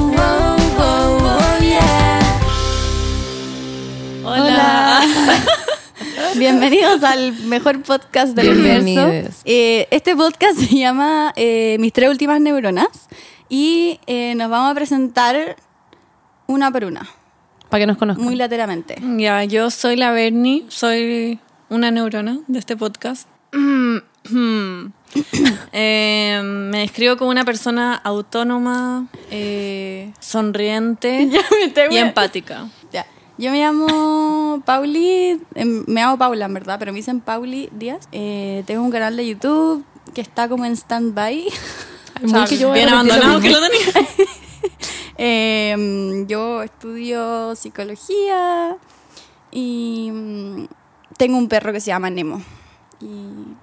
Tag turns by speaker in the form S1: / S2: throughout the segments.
S1: Bienvenidos al mejor podcast del universo.
S2: Bienvenidos.
S1: Eh, este podcast se llama eh, Mis tres últimas neuronas y eh, nos vamos a presentar una por una,
S2: Para que nos conozcan.
S1: muy lateralmente.
S3: Ya, yo soy la Bernie, soy una neurona de este podcast. Eh, me describo como una persona autónoma, eh, sonriente y empática.
S1: Ya. Yo me llamo Pauli, em, me llamo Paula en verdad, pero me dicen Pauli Díaz. Eh, tengo un canal de YouTube que está como en stand-by.
S2: Muy
S3: O sea,
S2: que yo voy a
S3: bien
S2: repetir lo
S3: abandonado que
S2: mismo.
S3: lo tenía.
S1: Eh, yo estudio psicología y mm, tengo un perro que se llama Nemo. Y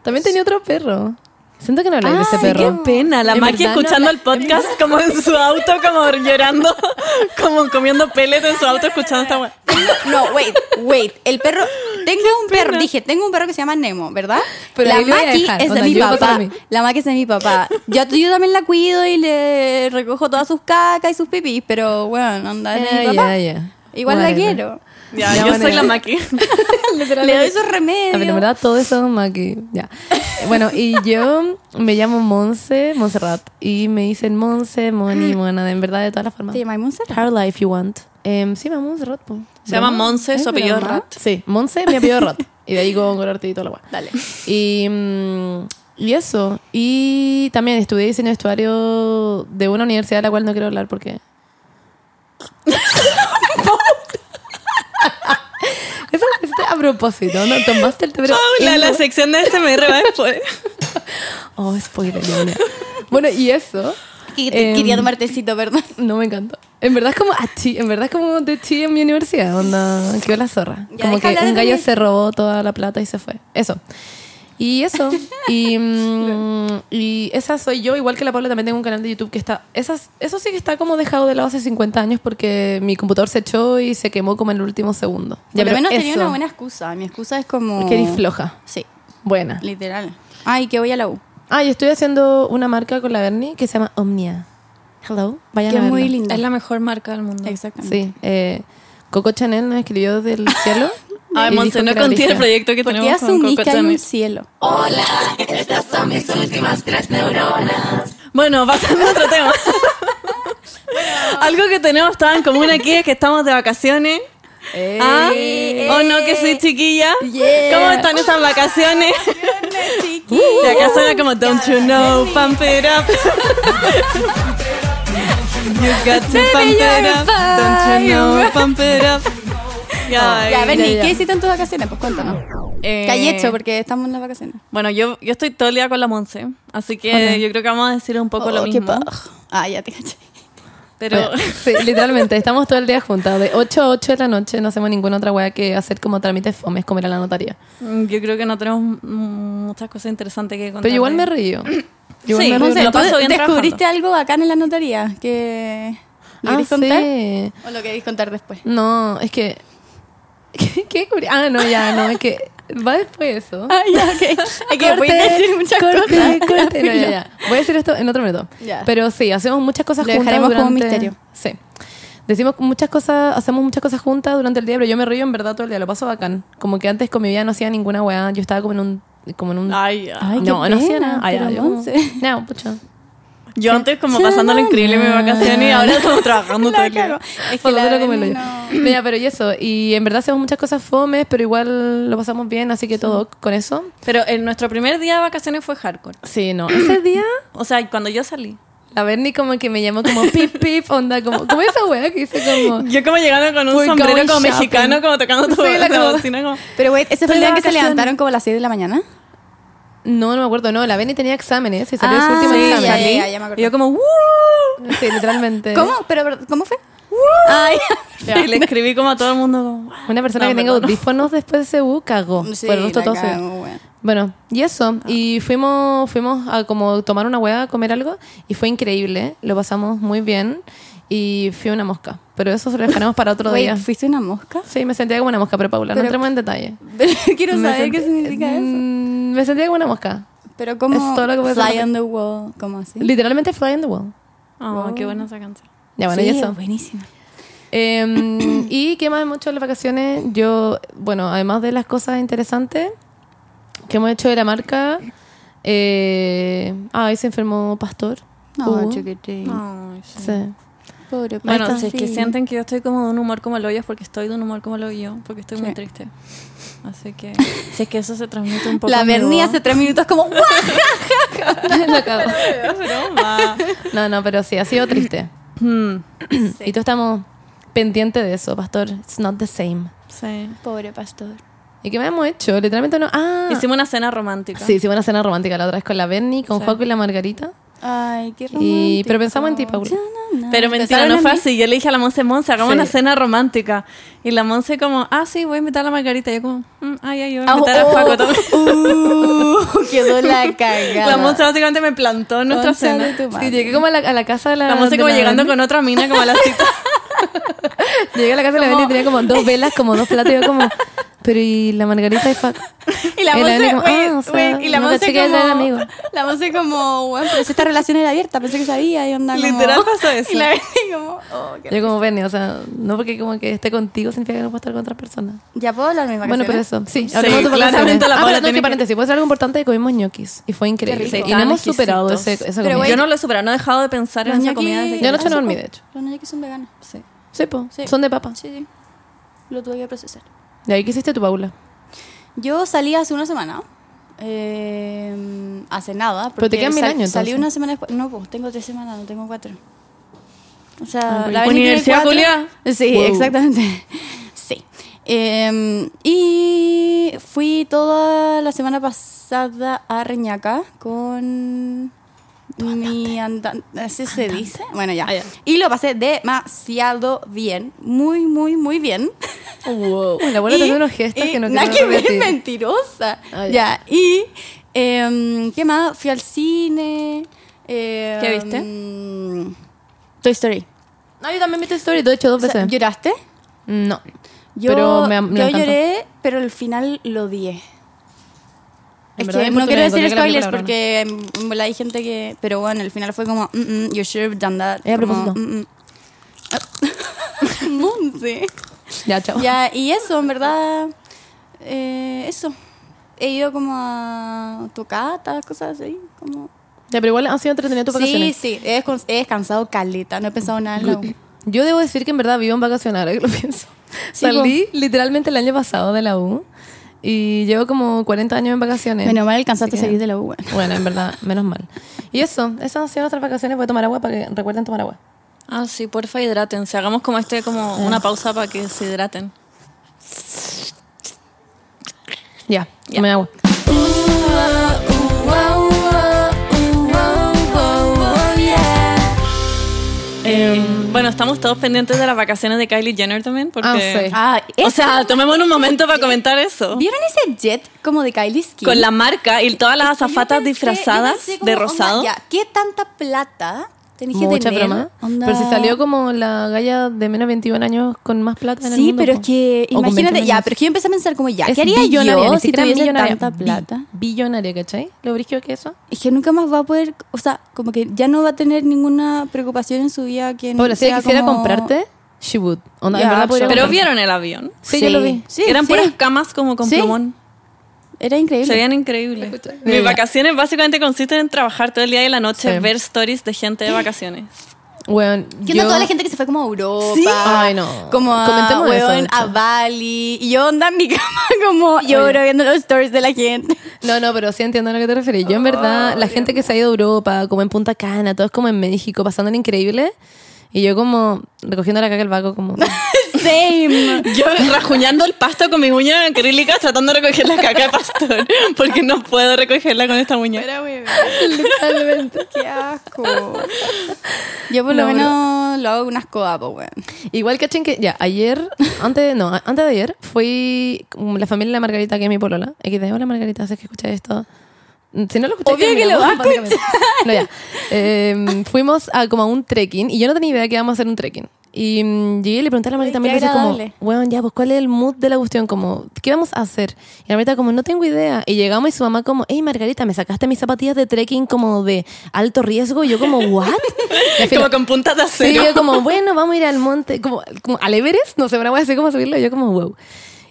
S2: También tenía otro perro. Ah, Siento que no habláis de ese
S1: Ay,
S2: perro.
S1: qué
S3: pena, la
S2: En
S3: Maki
S2: verdad no
S3: escuchando el
S2: habla-
S3: podcast como en su auto, como llorando, como comiendo pelet en su auto, escuchando esta wea.
S1: No, wait, wait. El perro. Tengo un perro. Dije, tengo un perro que se llama Nemo, ¿verdad?
S2: Pero
S1: la
S2: ahí lo voy a
S1: Maki
S2: dejar,
S1: es de
S2: onda,
S1: mi
S2: yo voy a
S1: papá.
S2: pasar a mí.
S1: La Maki es de mi papá. Yo, yo también la cuido y le recojo todas sus cacas y sus pipis, pero bueno, onda es de mi
S2: Ah, Ya,
S1: papá.
S2: ya, ya.
S1: Igual la
S2: Whatever.
S1: quiero.
S3: Ya,
S2: Ya,
S3: yo
S2: bueno,
S3: soy
S2: ya.
S3: la Maki.
S1: Le doy sus
S2: A ver, Ah, en
S1: remedios.
S2: verdad, todo eso, Maki. Ya. Bueno, y yo me llamo Monse, Montserrat. Y me dicen Monse, Moni, Mona, de- en verdad, de todas las formas.
S1: ¿Te llamáis Monse?
S2: Carla, if you want. Em, sí, me llamo Montserrat. po.
S3: Se llama
S2: ¿Broma?
S3: Monse,
S2: ¿Es
S3: su apellido es
S2: broma?
S3: Rat.
S2: Sí, Monse, mi apellido es Rat. Y de ahí con colorte y toda la guay.
S1: Dale.
S2: Y, mm, y eso. Y también estudié diseño de vestuario de una universidad de la cual no quiero hablar porque. Eso lo hiciste a propósito, ¿no? Tomaste el té, pero.
S3: Paula, la sección de este me va después.
S2: Oh, spoiler, Leona. Bueno, y eso.
S1: Que- que-
S2: Em,
S1: Quería tomar tecito, perdón.
S2: No me encanta. En verdad es como a ti, en verdad es como de ti en mi universidad, onda, quedó la zorra.
S1: Ya,
S2: como
S1: deja
S2: que
S1: hablar
S2: un
S1: de
S2: gallo
S1: mí.
S2: se robó toda la plata y se fue. Eso. Y eso. Y, mm, y esa soy yo, igual que la Paula también tengo un canal de YouTube que está... Esas, eso sí que está como dejado de lado hace 50 años porque mi computador se echó y se quemó como en el último segundo.
S1: Por lo
S2: pero
S1: menos tenía
S2: eso,
S1: una buena excusa. Mi excusa es como.
S2: Que eres floja.
S1: Sí,
S2: Buena.
S1: literal. Ay, que voy a la U.
S2: Ah, y estoy haciendo una marca con la Bernie que se llama Omnia. Hello. Vayan
S1: Que
S2: a
S1: es muy
S2: verla.
S1: linda.
S3: Es la mejor marca del mundo.
S1: Exactamente.
S2: Sí, eh, Coco Chanel nos escribió del cielo.
S3: Ay,
S2: y
S3: Monse,
S2: dijo
S3: no
S2: que la
S3: conté el
S2: brígida.
S3: proyecto que
S1: ¿Por qué
S3: tenemos con
S1: asumís
S3: Coco
S1: que hay un
S3: Chanel.
S1: cielo?
S3: Bueno, pasando a otro tema. Algo que tenemos tan en común aquí es que estamos de vacaciones. ¿Ah? ¿O no que soy chiquilla?
S1: Yeah.
S3: ¿Cómo están esas vacaciones?
S1: Chiqui.
S3: Y acá suena como Don't you know, pump it up. You got to pump it up. Don't you know, pump it up. Ya,
S1: Ya, Benny,
S2: ya.
S1: ¿qué hiciste en tus vacaciones? Pues cuéntanos.
S3: eh,
S1: ¿Qué hay hecho? Porque estamos en las vacaciones.
S3: Bueno, yo, yo estoy todo el día con la Monse, así que yo creo que vamos a decir un poco lo
S1: Oh, qué
S3: mismo.
S1: paja. Ah, ya te caché.
S3: pero
S2: Sí, literalmente, estamos todo el día juntas. De 8 a 8 de la noche no hacemos ninguna otra weá que hacer como trámites fomes, comer a la notaría.
S3: mm, yo creo que no tenemos mm, muchas cosas interesantes que contar.
S2: Pero igual me río. Igual
S3: Sí,
S2: me río.
S3: Monse,
S2: de la
S3: lo
S2: paz.
S3: paso bien
S1: ¿Descubriste algo bacán en la notaría que lo
S2: Ah,
S1: querés contar?
S2: sí.
S1: ¿O lo queréis contar después?
S2: No, es que... ¿Qué, qué curi- Ah, no, ya, no, es que... Va después eso.
S1: Ah, ya, ok. Es que voy a
S2: Corte,
S1: decir muchas
S2: corte,
S1: cosas.
S2: corte. No, ya, ya. Voy a decir esto en otro minuto.
S1: Ya.
S2: Pero sí, hacemos muchas cosas
S1: Lo
S2: juntas.
S1: dejaremos como un
S2: durante-
S1: misterio.
S2: Sí. Decimos muchas cosas, hacemos muchas cosas juntas durante el día, pero yo me río en verdad todo el día, lo paso bacán. Como que antes con mi vida no hacía ninguna weá, yo estaba como en un. Como en un
S3: Ay, ya.
S1: qué
S2: no, no hacía
S1: pena,
S2: nada. Ay,
S1: pero
S2: ya, yo como-
S1: Monse.
S2: No, pucha.
S3: Yo antes como pasando lo increíble en mis vacaciones y ahora estamos trabajando todo el día.
S1: Es que
S2: Por lo
S1: la
S2: tanto, como el
S1: Benny
S2: hoyo.
S1: no...
S2: No, ya, pero y eso. Y en verdad hacemos muchas cosas fomes, pero igual lo pasamos bien, así que todo con eso.
S3: Pero en nuestro primer día de vacaciones fue hardcore.
S2: Sí, no. Ese día.
S3: O sea, cuando yo salí.
S2: La Bernie como que me llamó como pip pip, onda, como, como esa weá que dice como
S3: Yo como llegando con un
S2: We're
S3: sombrero
S2: going
S3: como
S2: shopping.
S3: mexicano, como tocando tu
S2: Sí,
S3: la
S2: la como-
S3: bocina, como...
S1: Pero, wait, ¿ese fue
S2: Estoy
S1: el
S2: de
S1: día que se
S2: vacaciones.
S1: levantaron como a las 6 de la mañana?
S2: No, no me acuerdo, no, la Benny tenía exámenes y salió su
S1: Ah,
S2: último
S1: sí,
S2: examen.
S1: ya, ya, ya, ya me
S3: Y
S1: acordé.
S3: yo como... "Woo".
S2: Sí, literalmente.
S1: ¿Cómo? ¿Pero pero, cómo fue? Ay,
S3: Y le escribí como a todo el mundo como... "Wow".
S2: Una persona
S3: No,
S2: que tenga
S3: perdón.
S2: audífonos después de ese bu cagó.
S1: Sí,
S2: Por el resto
S1: la Ah.
S2: todo se-
S1: cago, weón.
S2: Bueno, y eso. Y fuimos, fuimos a como tomar una hueá, a comer algo, y fue increíble. Lo pasamos muy bien. Y fui una mosca. Pero eso se lo dejaremos para otro
S1: Wait,
S2: día.
S1: ¿fuiste una mosca?
S2: Sí, me sentía como una mosca, pero Paula,
S1: Pero-
S2: no entremos en detalle.
S1: Pero quiero
S2: Me
S1: saber qué
S2: sentí-
S1: significa eso.
S2: Mm, Me sentía como una mosca.
S1: Pero como
S2: Es todo lo que voy a
S1: Fly
S2: hacer.
S1: on the wall, como así.
S2: Literalmente fly in the wall.
S3: Oh, qué buena esa canción.
S2: Ya, bueno,
S1: Sí,
S2: y eso.
S1: buenísimo.
S2: Eh, ¿Y qué más hemos hecho en las vacaciones? Yo, bueno, además de las cosas interesantes que hemos hecho de la marca, eh, ah, ahí se enfermó Pastor.
S1: No,
S3: Ah,
S2: Hugo.
S1: chiquitín.
S2: Sí.
S1: Pobre
S3: Bueno,
S1: Pastor.
S3: si es que sienten que yo estoy como de un humor como el hoyo es porque estoy de un humor como el hoyo, porque estoy muy
S1: Sí.
S3: triste. Así que, si es que eso se transmite un poco.
S1: La
S3: en mi
S1: Bernie
S3: voz.
S1: hace tres minutos como ¡guau!
S2: Lo cago.
S3: Broma.
S2: No, no, pero sí, ha sido triste.
S3: Hmm,
S2: Y todos estamos pendientes de eso, Pastor. It's not the same.
S3: sí.
S1: Pobre Pastor.
S2: ¿Y qué más hemos hecho? Literalmente no. Ah,
S3: Hicimos una cena romántica.
S2: sí, hicimos una cena romántica la otra vez con la Bernie, con
S3: Sí.
S2: Joaco y la Margarita.
S1: Ay, qué
S2: Y- pero pensamos en ti, Paula.
S1: romántico. Ya, na, na.
S3: Pero mentira,
S1: Pensaron
S3: no
S1: en
S3: fue
S1: mí.
S3: así. Yo le dije a la Monse, Monse, hagamos
S2: Sí.
S3: una cena romántica. Y la Monse como, ah, sí, voy a invitar a la Margarita. Y yo como, "Mm, ay, ay, yo voy a
S1: Ah,
S3: invitar a
S1: oh,
S3: Paco también.
S1: uh, quedó la cagada.
S3: La Monse básicamente me plantó nuestra
S1: Concha
S3: cena.
S1: de tu madre.
S2: Sí, llegué como a la, a la casa de la.
S3: La Monse
S2: de
S3: como
S2: la
S3: llegando
S2: Bernie.
S3: con otra mina como a la cita.
S2: Llegué a la casa de la Bernie y tenía como dos velas, como dos platos. Y yo como. Pero y la Margarita y Joaco.
S1: Y la
S2: Y la
S1: Monse,
S2: Dani como,
S1: "Wait,
S2: ah, o sea,
S1: wait", y la
S2: no
S1: Monse
S2: caché que
S1: como,
S2: era el amigo.
S1: la Monse como, bueno, pero si esta relación era abierta, pensé que sabía y onda como-
S3: Literal pasó eso.
S1: Y la Bernie como, oh, qué-
S2: Yo como Bernie, o sea, no porque como que esté contigo significa que no puedo estar con otras personas.
S1: Ya puedo hablar de mis
S2: Bueno,
S1: vacaciones.
S2: pero eso, sí,
S3: Sí,
S2: hablemos de tus
S3: claramente
S2: vacaciones.
S3: la
S2: Ah,
S3: Paula
S2: pero no,
S3: tiene
S2: que
S3: que-
S2: paréntesis, puede ser algo importante que comimos ñoquis y fue increíble.
S1: rico.
S2: Y no hemos
S3: Exquisitos.
S2: superado ese, esa
S1: Pero
S2: comida.
S1: bueno,
S3: Yo no lo he superado, no he dejado de pensar en
S1: Los
S3: esa comida desde
S1: ñoquis-
S3: que...
S2: Yo no- noche
S1: hace
S2: dormí,
S1: poco.
S2: de hecho.
S1: Los ñoquis son veganos. Sí.
S2: Sí, po,
S1: Sí.
S2: son de papa.
S1: Sí, sí. Lo tuve que procesar.
S2: ¿Y ahí qué hiciste tú, Paula?
S1: Yo salí hace una semana. eh, hace nada.
S2: Pero te
S1: porque
S2: quedan mil años,
S1: Salí
S2: entonces.
S1: una semana después. No, pues tengo tres semanas, no tengo cuatro. O sea,
S2: Ah,
S1: la Beni tiene
S3: bueno. Universidad,
S1: cuatro.
S3: culiá.
S1: Sí,
S2: Wow.
S1: exactamente. Sí. Eh, y fui toda la semana pasada a Reñaca con mi andante. ¿Así se dice? Bueno, ya.
S2: Ah, ya.
S1: Y lo pasé demasiado bien. Muy, muy, muy bien.
S2: Wow. La abuela
S1: Y-
S2: tenía unos gestos
S1: y
S2: que no
S1: nada
S2: quiero
S1: que ver,
S2: repetir.
S1: mentirosa.
S2: Ah, ya.
S1: ya. y em, ¿qué más? Fui al cine. em,
S3: ¿Qué viste?
S1: Toy Story.
S2: No, yo también vi tu story, de hecho, dos
S1: O sea,
S2: veces. Mm,
S1: ¿Lloraste?
S2: No.
S1: Yo,
S2: Pero me- me
S1: yo
S2: encantó.
S1: lloré, pero al final lo odié.
S2: En
S1: Es
S2: verdad,
S1: que
S2: me
S1: no quiero
S2: encontré
S1: decir
S2: que la película
S1: spoilers porque em, bola hay gente que. Pero bueno, al final fue como, mm, mm, you should have done that.
S2: Eh, a
S1: Como,
S2: propósito.
S1: mm, mm. Ah. Monse.
S2: Ya, chao.
S1: Ya, y eso, en verdad, eh, eso. He ido como a tocatas, cosas así, como...
S2: Ya, pero igual han sido entretenidas tus
S1: Sí,
S2: vacaciones.
S1: sí, he, descon- he descansado caleta, no he pensado nada en la U.
S2: Yo debo decir que en verdad vivo en vacacionar, ahora que lo pienso.
S1: Sí,
S2: Salí literalmente el año pasado de la U y llevo como 40 años en vacaciones.
S1: Menos mal alcanzaste a
S2: Sí.
S1: salir de la U, bueno.
S2: Bueno, en verdad, menos mal. Y eso, esas han sido nuestras vacaciones. Voy a tomar agua para que recuerden tomar agua.
S3: Ah, sí, porfa, hidrátense. Hagamos como este, como una pausa para que se hidraten.
S2: Ya, tomé agua.
S3: Eh, bueno, estamos todos pendientes de las vacaciones de Kylie Jenner también, porque...
S2: Ah, sí.
S1: Ah,
S3: O
S1: eso-
S3: sea, tomemos un momento para comentar eso.
S1: ¿vieron ese jet como de Kylie Skin?
S3: Con la marca y todas las
S1: Yo
S3: azafatas
S1: pensé-
S3: disfrazadas
S1: yo pensé como,
S3: de
S1: onda,
S3: rosado.
S1: ya, ¿Qué tanta plata tenés que
S2: Mucha
S1: tener?
S2: broma.
S1: Onda-
S2: Pero si salió como la galla de menos de 21 años con más plata en el
S1: Sí,
S2: mundo,
S1: pero
S2: po.
S1: es que,
S2: O con
S1: imagínate,
S2: 21
S1: ya,
S2: años.
S1: pero es que yo empecé a pensar como, ya,
S2: Es
S1: ¿qué haría
S2: billonaria,
S1: yo
S2: ni
S1: si
S2: siquiera
S1: tuviese
S2: millonaria,
S1: tanta
S2: bi-
S1: plata?
S2: billonaria, ¿cachai? Lo brillo que eso.
S1: Es que nunca más va a poder, o sea, como que ya no va a tener ninguna preocupación en su vida que no
S2: Paula, si
S1: sea
S2: ella quisiera
S1: como-
S2: comprarte, she would. Onda, en
S1: Ya,
S2: verdad podría
S3: Pero
S2: comprarte.
S3: vieron el avión.
S2: Sí, yo lo vi.
S1: Sí,
S3: Eran
S1: sí.
S3: puras camas como con
S1: Sí.
S3: plumón.
S1: Era increíble.
S3: Se veían increíbles.
S2: Escucha.
S3: Mis
S2: Ya.
S3: vacaciones básicamente consisten en trabajar todo el día y la noche,
S2: Sí.
S3: ver stories de gente de vacaciones.
S2: Bueno,
S1: ¿Qué onda
S2: yo-
S1: toda la gente que se fue como a Europa?
S2: Sí. Ay, no.
S1: Como a,
S2: Comentemos eso,
S1: weón,
S2: de hecho.
S1: a Bali. Y yo onda en mi cama como lloro viendo los stories de la gente.
S2: No, no, pero sí entiendo a lo que te refieres. Yo,
S1: Oh,
S2: en verdad, la gente que se ha ido a Europa, como en Punta Cana, todos como en México, pasando el increíble. Y yo, como recogiendo la caca el vago, como.
S1: Same.
S3: Yo rajuñando el pasto con mis uñas acrílicas tratando de recoger la caca de pastor, porque no puedo recogerla con esta uña.
S2: Literalmente.
S1: Qué asco. Yo por
S2: No,
S1: lo menos lo hago con una escoba, pues, weón.
S2: Igual cachen que ya, ayer, antes, no, a- antes de ayer, fui con la familia de la Margarita, que es mi polola. XD, hola Margarita, si es que escuchas esto. Mm, Si no lo escuchas,
S1: Obvio que lo vas a
S2: Em, básicamente. No, ya. Eh, fuimos a como a un trekking y yo no tenía idea que íbamos a hacer un trekking. Y mm, llegué y le pregunté a la Marita
S1: Ay,
S2: mil
S1: qué
S2: veces como,
S1: agradable.
S2: weón, ya, pues, ¿cuál es el mood de la cuestión? Como, ¿qué vamos a hacer? Y la Marita como, no tengo idea. Y llegamos y su mamá como, hey, Margarita, me sacaste mis zapatillas de trekking como de alto riesgo. Y yo como, ¿what? Y al final-
S3: Como con puntas de
S2: Sí,
S3: acero.
S2: yo como, bueno, vamos a ir al monte, como, como al Everest, no sé, una wea así como subirlo, y yo como, wow.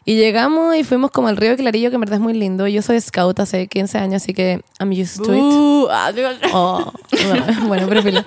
S2: Y llegamos y fuimos como al río Clarillo, que en verdad es muy lindo. Yo soy scout hace 15 años, así que I'm used to it.
S1: Uh, ah, digo-
S2: Oh, no, bueno, pero filo.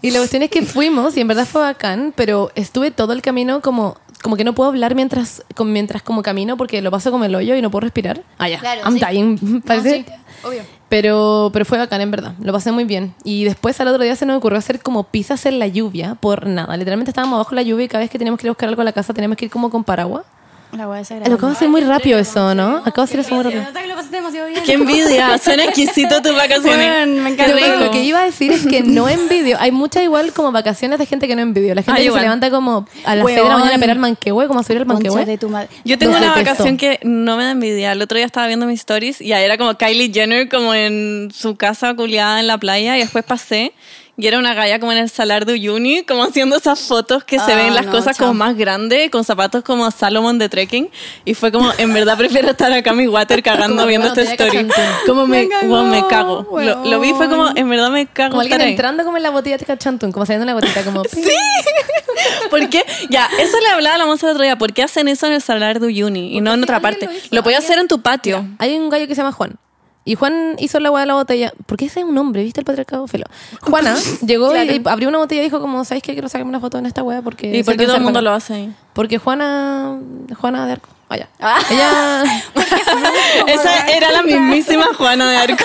S2: Y la cuestión es que fuimos y en verdad fue bacán, pero estuve todo el camino como como que no puedo hablar mientras con, mientras como camino porque lo paso como el hoyo y no puedo respirar. Ah, ya.
S1: Claro,
S2: I'm
S1: sí.
S2: dying.
S1: No, sí,
S2: Parece.
S1: obvio.
S2: Pero, pero fue bacán, en verdad. Lo pasé muy bien. Y después al otro día se nos ocurrió hacer como pizzas en la lluvia por nada. Literalmente estábamos abajo de la lluvia y cada vez que teníamos que ir a buscar algo a la casa teníamos que ir como con paraguas.
S1: La voy a hacer.
S2: Lo acabo de hacer muy rápido eso, ¿no? Acabo de hacer eso muy rápido.
S1: Nota que lo pasaste demasiado bien.
S3: Qué envidia. Suena exquisito tus vacaciones.
S1: Bueno, me encanta.
S3: Qué
S2: Pero lo
S3: rico.
S2: que iba a decir es que no envidio. Hay muchas igual como vacaciones de gente que no envidio. La gente
S3: Ah,
S2: que
S3: igual.
S2: se levanta como a las 6 de la
S1: Huevón.
S2: mañana a pegar manquehue, como a subir al
S1: Concha de
S2: manquehue.
S1: tu madre.
S3: Yo tengo
S2: Los
S3: una
S2: detesto.
S3: vacación que no me da envidia. El otro día estaba viendo mis stories y ahí era como Kylie Jenner como en su casa culiada en la playa y después pasé y era una galla como en el Salar de Uyuni, como haciendo esas fotos que se
S1: Ah,
S3: ven las
S1: no,
S3: cosas
S1: chao.
S3: como más grandes, con zapatos como Salomon de trekking y fue como, en verdad prefiero estar acá en mi water cagando
S2: Como
S3: viendo
S2: cuando
S3: esta
S2: tenía
S3: story.
S2: cachantún.
S3: Como me,
S1: Me cagó,
S3: guau, me cago. Lo, lo vi fue como, en verdad me cago.
S2: Como alguien
S3: estar ahí.
S2: entrando como en la botella de cachantún, como saliendo en la botella como...
S3: ¿Por qué? Ya, eso le hablaba a la monza el otro día. ¿Por qué hacen eso en el Salar de Uyuni y no en
S2: si
S3: otra
S2: alguien
S3: parte?
S2: lo hizo,
S3: Lo podía
S2: alguien-
S3: hacer en tu patio.
S2: Hay un gallo que se llama Juan. Y Juan hizo la agua de la botella. ¿Por qué ese es un hombre? ¿Viste el patriarcado? Felo. Juana llegó y abrió una botella y dijo como, ¿sabes qué? Quiero sacarme una foto en esta hueá porque...
S3: ¿Y por
S2: siento
S3: qué todo el
S2: ser
S3: mundo
S2: bacán".
S3: lo Ah. hace?
S2: Porque Juana... Juana de Arco. Allá. Ella...
S3: Esa era la mismísima Juana de Arco.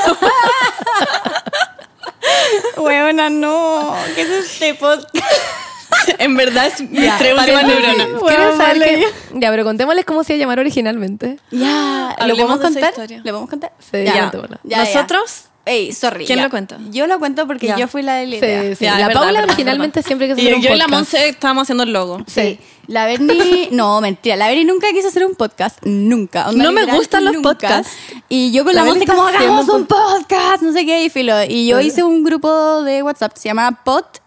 S1: Huevona, no. ¿Qué es este podcast?
S3: en verdad es mi
S2: Ya,
S3: tres últimas
S2: paréntesis.
S3: neuronas.
S2: Quiero
S1: Bueno,
S2: saber
S1: vale.
S2: que- Ya, pero contémosles cómo se iba a llamar originalmente.
S1: Ya, ¿lo
S3: Hablemos
S1: podemos
S3: de esa
S1: contar?
S3: historia.
S1: ¿Lo podemos contar?
S2: Sí,
S3: Ya.
S2: contémosla.
S1: Ya, ya.
S3: Nosotros,
S1: Ey, sorry.
S3: ¿Quién
S1: ya.
S3: lo cuenta?
S1: Yo lo cuento porque
S3: Ya.
S1: yo fui la de la
S2: Sí,
S1: idea.
S2: sí.
S3: Ya, es
S2: la
S3: verdad,
S2: Paula
S3: verdad,
S2: originalmente siempre que se
S3: y yo,
S2: un
S3: y la
S2: podcast.
S3: Monse estábamos haciendo el logo.
S1: Sí. Eh, La Berni, no, mentira, la Berni nunca quiso hacer un podcast, nunca. Onda,
S3: No me
S1: literal,
S3: gustan los
S1: nunca.
S3: podcasts.
S1: Y yo con
S2: La
S1: la, Monse
S2: Berni está
S1: como
S2: haciendo
S1: hagamos un podcast, no sé qué, y filo. Y yo hice un grupo de WhatsApp, se llama POT,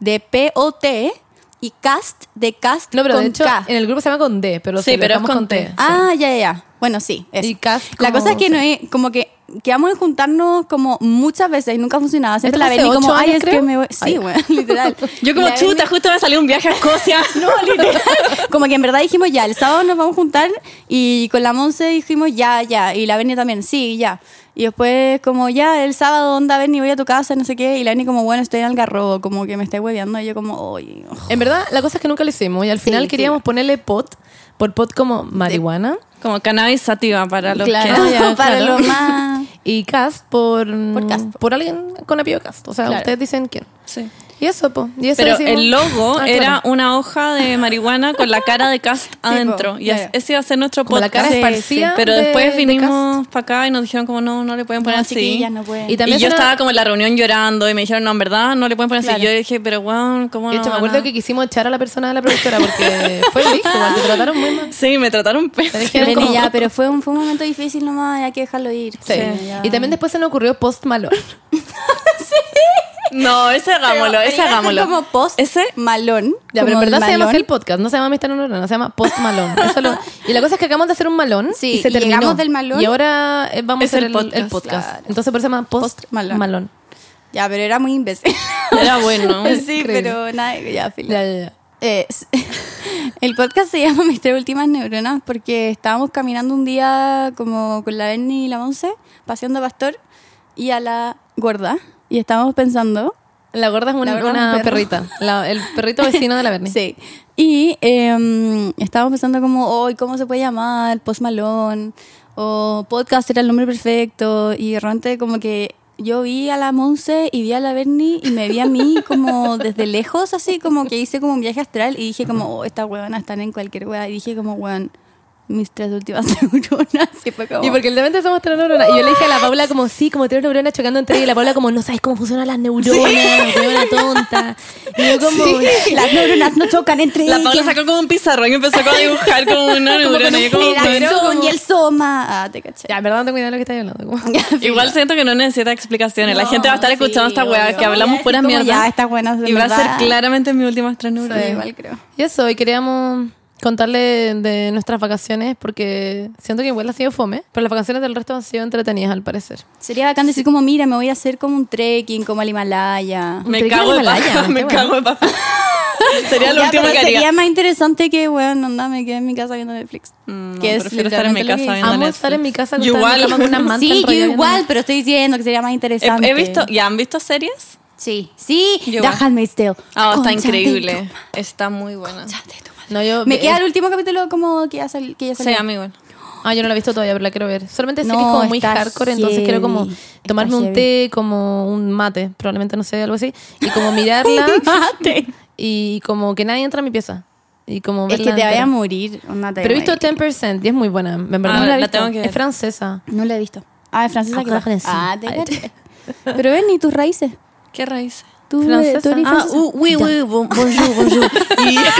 S1: de P-O-T, y cast, de cast
S2: No, pero de
S1: con
S2: hecho, eh,
S1: K.
S2: en el grupo se llama con D, pero
S3: Sí,
S2: se lo
S3: pero es
S2: dejamos
S3: con
S2: con T.
S3: T.
S1: Ah, ya, ya, ya. Bueno, sí. eso.
S2: Y cast
S1: la
S2: como-
S1: cosa es que no es, como que quedamos en juntarnos como muchas veces y nunca funcionaba. Siempre
S2: Esto
S1: la
S2: fue hace
S1: Berni como,
S2: ocho
S1: ay,
S2: años,
S1: es que
S2: creo.
S1: me voy. Sí,
S2: Ay.
S1: bueno, literal.
S3: Yo como
S1: La Berni-
S3: chuta, justo me salió un viaje a Escocia.
S1: No, literal. Como que en verdad dijimos ya, el sábado nos vamos a juntar y con la Monse dijimos ya, ya. Y la Beni también, sí, ya. Y después como ya, el sábado, onda, Beni, voy a tu casa, no sé qué. Y la Beni como, bueno, estoy en Algarrobo, como que me está hueveando. Y yo como, oye, oh.
S2: En verdad, la cosa es que nunca lo hicimos y al final
S1: sí.
S2: queríamos ponerle pot, por pot como marihuana.
S3: Como cannabis sativa para los
S2: Claro.
S3: que...
S2: Ah, ya,
S1: para
S2: claro.
S1: lo más...
S2: Y cast por,
S1: Por
S2: por,
S1: cast.
S2: alguien con apellido cast. O sea,
S1: Claro.
S2: ustedes dicen quién.
S3: Sí.
S2: Y eso, po. Y eso
S3: Pero
S2: hicimos.
S3: el logo
S2: Ah, claro.
S3: era una hoja de marihuana con la cara de Cast adentro. Y
S1: claro.
S3: ese iba a ser nuestro
S2: Como la
S3: podcast.
S2: cara
S1: Sí,
S2: esparcida.
S1: sí.
S3: Pero
S2: de-
S3: después
S2: de
S3: vinimos para acá y nos dijeron como no, no le pueden poner
S1: No,
S3: así.
S1: chiquillas, no pueden.
S2: Y
S3: Y,
S2: también
S3: yo
S2: suena-
S3: estaba como en la reunión llorando y me dijeron, no, en verdad, no le pueden poner
S1: Claro.
S3: así. Yo dije, pero wow, ¿cómo
S2: cast. De
S3: no
S2: hecho, me
S3: van
S2: acuerdo
S3: a-?"
S2: que quisimos echar a la persona de la productora porque fue listo, igual te trataron muy mal.
S3: Sí, me trataron
S2: Pero es
S3: pésimo.
S2: que-
S1: Beni,
S2: como-
S1: ya, pero fue un, fue un momento difícil nomás, hay que dejarlo ir.
S2: Sí.
S1: ya.
S2: Y también después se nos ocurrió Post Malone.
S3: No, ese hagámoslo,
S1: Pero
S3: ese
S1: debería ser
S3: hagámoslo.
S1: como post
S3: Ese,
S1: malón.
S2: Ya, pero en
S1: como
S2: verdad se llama
S1: malón.
S2: así el podcast, no se llama Amistad en Neurona, se llama Post Malón. Eso lo- y la cosa es que acabamos de hacer un malón
S1: Sí,
S2: y se
S1: y
S2: terminó.
S1: llegamos del malón.
S2: Y ahora eh, vamos
S3: Es
S2: a hacer
S3: el
S2: el
S3: podcast,
S2: podcast. el podcast.
S1: claro.
S2: Entonces por eso se llama Post,
S1: Post Malone.
S2: Malón.
S1: Ya, pero era muy imbécil.
S3: era bueno.
S1: sí,
S2: Increíble.
S1: pero nada, ya, filo.
S2: Ya, ya, ya.
S1: Eh, s- el podcast se llama Mis tres últimas neuronas porque estábamos caminando un día como con la Berni y la Monse, paseando a Pastor y a la gorda. Y estábamos pensando.
S2: La gorda es un-
S1: La gorda es un
S2: una
S1: perro.
S2: perrita, La- el perrito vecino de la Bernie.
S1: Sí. Y eh, estábamos pensando como, hoy, ¿cómo se puede llamar? Post Malone. O podcast era el nombre perfecto. Y de repente como que yo vi a la Monse y vi a la Berni y me vi a mí como desde lejos, así como que hice como un viaje astral y dije como, oh, estas huevonas están en cualquier hueá. Y dije como, hueón, mis tres últimas neuronas. Y fue como...
S2: Y porque el demente somos tres neuronas. Y yo le dije a la Paula como, sí, como tres neuronas chocando entre ellas. Y la Paula como, no sabes cómo funcionan las neuronas, neurona tonta. Y yo como,
S1: Las neuronas no chocan entre
S3: La Paula
S1: ellas.
S3: sacó como un pizarrón y empezó como a dibujar como una neurona. y yo como,
S1: El
S3: bueno.
S1: axón y el soma. Ah, te caché.
S2: ya, en verdad no tengo idea de lo que estás hablando. Como,
S3: Igual siento que no necesita explicaciones. la gente va a estar
S1: sí,
S3: escuchando esta
S1: obvio.
S3: weá que hablamos
S1: Ya,
S3: puras
S1: así como,
S3: mierdas.
S1: ya, estas buenas de
S3: Y va a ser
S1: verdad.
S3: claramente mis últimas tres
S1: Sí,
S3: neuronas.
S1: igual creo.
S2: Y eso, y queríamos contarle de nuestras vacaciones porque siento que igual ha sido fome, pero las vacaciones del resto han sido entretenidas al parecer.
S1: Sería bacán decir como, mira, me voy a hacer como un trekking, como al Himalaya.
S3: Me
S2: Pero ¿qué
S3: cago de
S2: Himalaya?
S3: paja,
S2: Qué
S3: me
S2: bueno.
S3: cago de paja. Sería lo
S1: Ya,
S3: último
S1: pero
S3: que haría.
S1: sería más interesante que, bueno, anda, me quedé en mi casa viendo Netflix.
S3: Mm, no,
S1: que
S3: prefiero estar en mi
S1: literalmente lo
S3: casa
S1: que-
S3: Viendo
S2: Amo
S3: Netflix.
S2: estar en mi casa
S3: Yo
S2: acostada en mi
S3: igual.
S2: cama con una manta
S1: Sí,
S2: enrollada
S1: yo
S2: en
S1: igual,
S2: una-
S1: pero estoy diciendo que sería más interesante.
S3: He, he visto, ¿ya han visto series?
S1: Sí, sí,
S3: Yo
S1: The
S3: igual.
S1: Handmaid's Tale.
S3: Ah,
S1: Concha
S3: está
S1: de
S3: increíble. Está muy buena.
S1: tu- de tu madre.
S2: No, yo
S1: Me
S2: eh,
S1: queda el último capítulo como que ya, sal- que ya
S3: Sí,
S1: salió.
S3: amigo.
S2: Ah, yo no la he visto todavía, pero la quiero ver. Solamente sé
S1: No,
S2: que es como muy
S1: está
S2: hardcore, entonces
S1: heavy.
S2: quiero como
S1: Está
S2: tomarme un
S1: heavy.
S2: té, como un mate, probablemente no sé, algo así, y como mirarla
S1: Mate.
S2: y como que nadie entra a mi pieza. Y como
S1: Es que
S2: verla
S1: te vaya
S2: entera.
S1: a morir. onda, te
S2: Pero he
S1: vaya
S2: visto
S1: a morir.
S2: 10% y es muy buena, en verdad.
S3: Ah,
S2: No he
S3: la
S2: visto.
S3: tengo que ver.
S2: Es francesa.
S1: No lo he visto. Ah, es francesa que
S2: Ah,
S1: va.
S2: sí.
S1: Ah, te
S2: Ay,
S1: caché. Pero ven, ni tus raíces.
S3: ¿Qué raíces?
S1: Tú, eh,
S2: Francesa.
S1: tú eres
S3: Ah,
S1: francesa.
S3: uh, oui, oui, bon- bonjour, bonjour. Y-
S1: La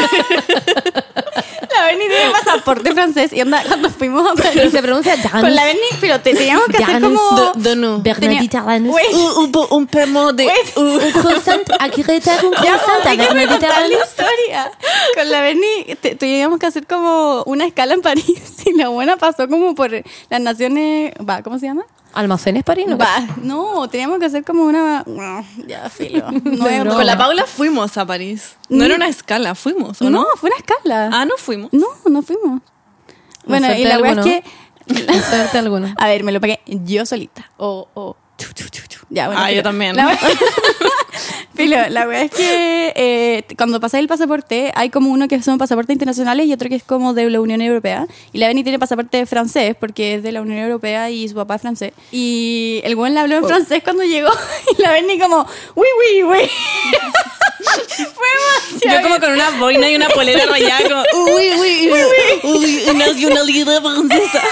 S1: Berni tiene pasaporte francés y onda cuando fuimos a
S2: Y
S1: París.
S2: se pronuncia Janus.
S1: Con la Berni, pero te teníamos que hacer
S2: Janus.
S1: como...
S3: De- de no.
S2: Bernadita Janus.
S1: Wait.
S3: Uh, hubo un primo de... Uh.
S2: Un croissant, aquí retar un
S1: Ya,
S2: croissant a
S1: hay que
S2: Bernadita
S1: recontar la
S2: Janus.
S1: historia. Con la Berni te- teníamos que hacer como una escala en París y la buena pasó como por las naciones... Va, ¿cómo se llama?
S2: Almacenes parinos.
S1: Va, no, teníamos que hacer como una... no, Ya, filo. No, es-
S2: broma.
S3: Con la Paula fuimos a París. No era una escala, fuimos, ¿o
S1: no,
S3: Mm. no?
S1: fue una escala.
S3: Ah, no fuimos.
S1: No, no fuimos. Bueno,
S2: suerte
S1: y la
S2: de
S1: wea es
S2: alguno.
S1: que...
S2: Suerte alguna.
S1: A ver, me lo pagué yo solita. O... o- Oh, chu, chu, chu, chu. Ya, bueno,
S3: Ah,
S1: filo.
S3: yo también.
S1: La wea, Filo, la wea es que eh, cuando pasáis el pasaporte, hay como uno que son pasaportes internacionales y otro que es como de la Unión Europea. Y la Beni tiene pasaporte francés porque es de la Unión Europea y su papá es francés. Y el buen le habló
S3: Oh.
S1: en francés cuando llegó y la Beni como... ¡Uy, uy, uy! Fue demasiado...
S3: Yo como con una boina y una polera rayada como... Uy, uy, uy, uy, una nacionalidad francesa.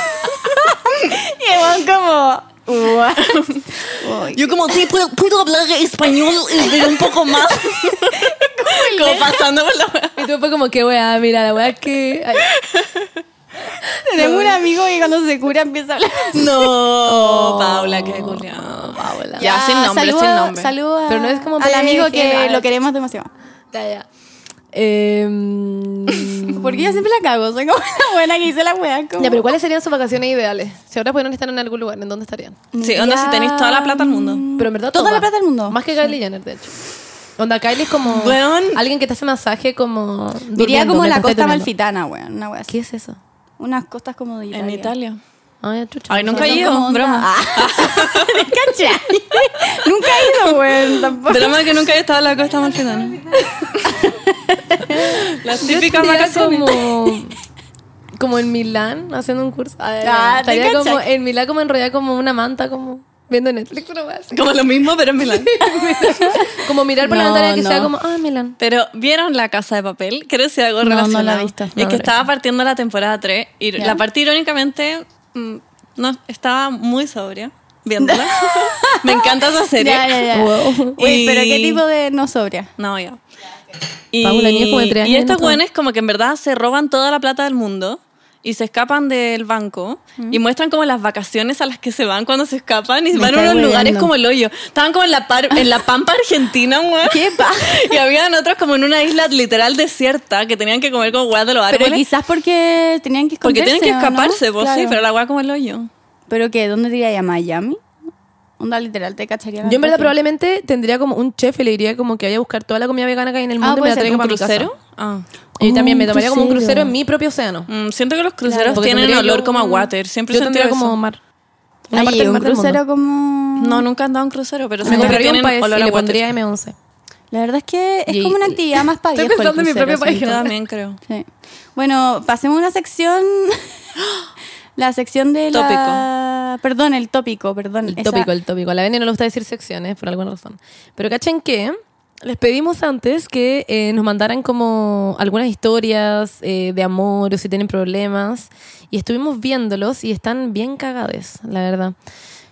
S1: Y el buen como... "What?" Uy.
S3: Yo como, sí, puedo, puedo hablar español eh, pero un poco más. como pasando por la wea.
S2: Y tú fue como, qué weá, mira, la weá es que... Ay,
S1: Tenemos un amigo que cuando se cura empieza a hablar.
S3: No, Oh, Paula, qué culiao.
S2: Paola.
S3: Ya, sin nombre,
S1: saludo-
S3: sin nombre.
S1: saludo a-
S2: Pero no es como
S1: al amigo que
S2: Bejel,
S1: lo
S2: al-
S1: queremos demasiado.
S2: Ya, ya. Em,
S1: Porque yo siempre la cago, soy como la buena que hice la wea. Como...
S2: ya, pero ¿cuáles serían sus vacaciones ideales? Si ahora pudieran estar en algún lugar, ¿en dónde estarían?
S3: Sí, onda,
S1: Ya.
S3: si tenéis toda la plata del mundo.
S2: Pero en verdad
S1: Toda la plata del mundo.
S2: Más que Kylie Jenner, de hecho. Onda, Kylie es como...
S3: Weón.
S2: Alguien que te hace masaje como...
S1: Diría
S2: durmiendo,
S1: como la
S2: mientras
S1: costa
S2: estás durmiendo.
S1: malfitana, weón. Una wea así.
S2: ¿Qué es eso?
S1: Unas costas como de Italia.
S3: En Italia.
S2: Ay, chucha.
S3: Ay,
S2: no
S3: nunca
S2: sé.
S3: he ido,
S1: Como onda-
S3: broma.
S1: Ah, ¿cachai? Nunca he ido, weón, tampoco.
S3: Broma que nunca he estado en la costa amalfitana. Las
S2: Yo
S3: típicas
S2: estaría
S3: vacaciones.
S2: como... Como en Milán, haciendo un curso. Ay,
S1: Ah, te
S2: estaría como
S1: cachai.
S2: en Milán, como enrollada como una manta, como viendo Netflix. una wea así.
S3: Como lo mismo, pero en Milán.
S2: Como mirar por la
S1: No,
S2: ventana que
S1: no.
S2: sea como, ah, Milán.
S3: Pero ¿vieron La Casa de Papel? Quiero decir
S1: No,
S3: algo
S1: no la he
S3: relacionado.
S1: visto.
S3: Es
S2: No, no la
S3: que
S2: he
S3: estaba partiendo la temporada 3 y
S1: Ya.
S3: la parte irónicamente mm, no estaba muy sobria viéndola. Me encanta esa serie.
S1: Ya, ya, ya.
S2: Wow.
S1: Uy,
S3: Y-
S1: pero ¿qué tipo de no sobria?
S3: No, ya. Y,
S2: Paula, niña como de tres
S3: y
S2: años,
S3: estos
S2: no
S3: güeyes como que en verdad se roban toda la plata del mundo y se escapan del banco
S2: Mm.
S3: y muestran como las vacaciones a las que se van cuando se escapan y
S1: Me
S3: van a
S1: está
S3: unos lugares
S1: hueveando.
S3: como el hoyo. Estaban como en la, par- en la pampa argentina, güey.
S1: ¿Qué pa-
S3: Y habían otros como en una isla literal desierta que tenían que comer como hueá de los
S1: Pero
S3: árboles.
S1: quizás porque tenían que
S3: porque
S1: esconderse.
S3: tienen que
S1: ¿o no?
S3: escaparse, pues sí,
S1: Claro.
S3: pero la hueá como el hoyo.
S1: ¿Pero qué? ¿Dónde te iría? ¿A Miami? Onda literal, te cacharía.
S2: Yo en verdad
S1: probablemente
S2: probablemente tendría como un chef y le diría como que vaya a buscar toda la comida vegana que hay en el
S1: Ah,
S2: mundo y me
S1: puede
S2: la
S1: ser,
S2: traiga
S1: un Uh,
S2: para mi casa.
S3: ¿Crucero? Ah.
S2: Y yo también me
S1: Un
S2: tomaría como un crucero
S1: crucero.
S2: en mi propio océano.
S3: Mm, siento que los cruceros
S2: Porque
S3: tienen
S2: tendría
S3: olor
S2: yo
S3: como a
S2: un-
S3: water. Siempre he
S2: yo
S3: sentido
S2: tendría
S3: eso.
S2: como mar. Una
S1: Ay,
S2: parte del
S1: un
S2: mar del mundo.
S1: crucero como...
S3: No, nunca he andado en crucero, pero
S2: Me
S3: siento que
S2: compraría un
S3: tienen
S2: país
S3: olor
S2: y
S3: a
S2: le
S3: water.
S2: pondría M11.
S1: La verdad es que es
S2: Y-
S1: como una actividad más para
S2: Estoy
S1: viejos el
S2: pensando en mi
S1: crucero,
S2: propia
S1: sí.
S3: Yo también creo.
S1: Sí. Bueno, pasemos a una sección... la sección de la... Perdón, el tópico, perdón.
S2: El
S1: Esa-
S2: tópico, el tópico. A la Vene no le gusta decir secciones por alguna razón. Pero cachen que les pedimos antes que eh, nos mandaran como algunas historias eh, de amor o si tienen problemas. Y estuvimos viéndolos y están bien cagades, la verdad.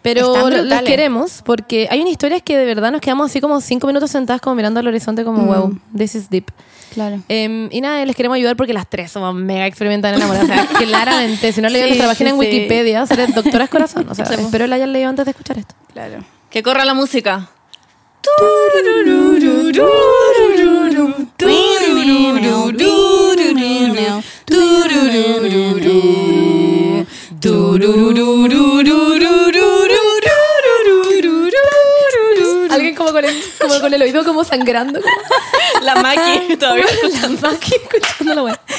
S2: Pero
S1: Están
S2: lo- las
S1: brutales.
S2: queremos porque hay unas historias que de verdad nos quedamos así como cinco minutos sentadas como mirando al horizonte
S1: Mm.
S2: como, wow, this is deep.
S1: Claro.
S2: Em, y nada, les queremos ayudar porque las tres somos mega experimentadas en amor. O sea, claramente, si no leían
S1: Sí,
S2: nuestra página
S1: sí,
S2: en
S1: sí.
S2: Wikipedia, serán doctoras corazón. O sea,
S3: Sí, pues.
S2: espero la hayan leído antes de escuchar esto.
S1: Claro.
S3: Que corra la música.
S2: Alguien como con el, como con el oído como sangrando.
S3: La Maki todavía.
S2: Aquí escuchando la wea.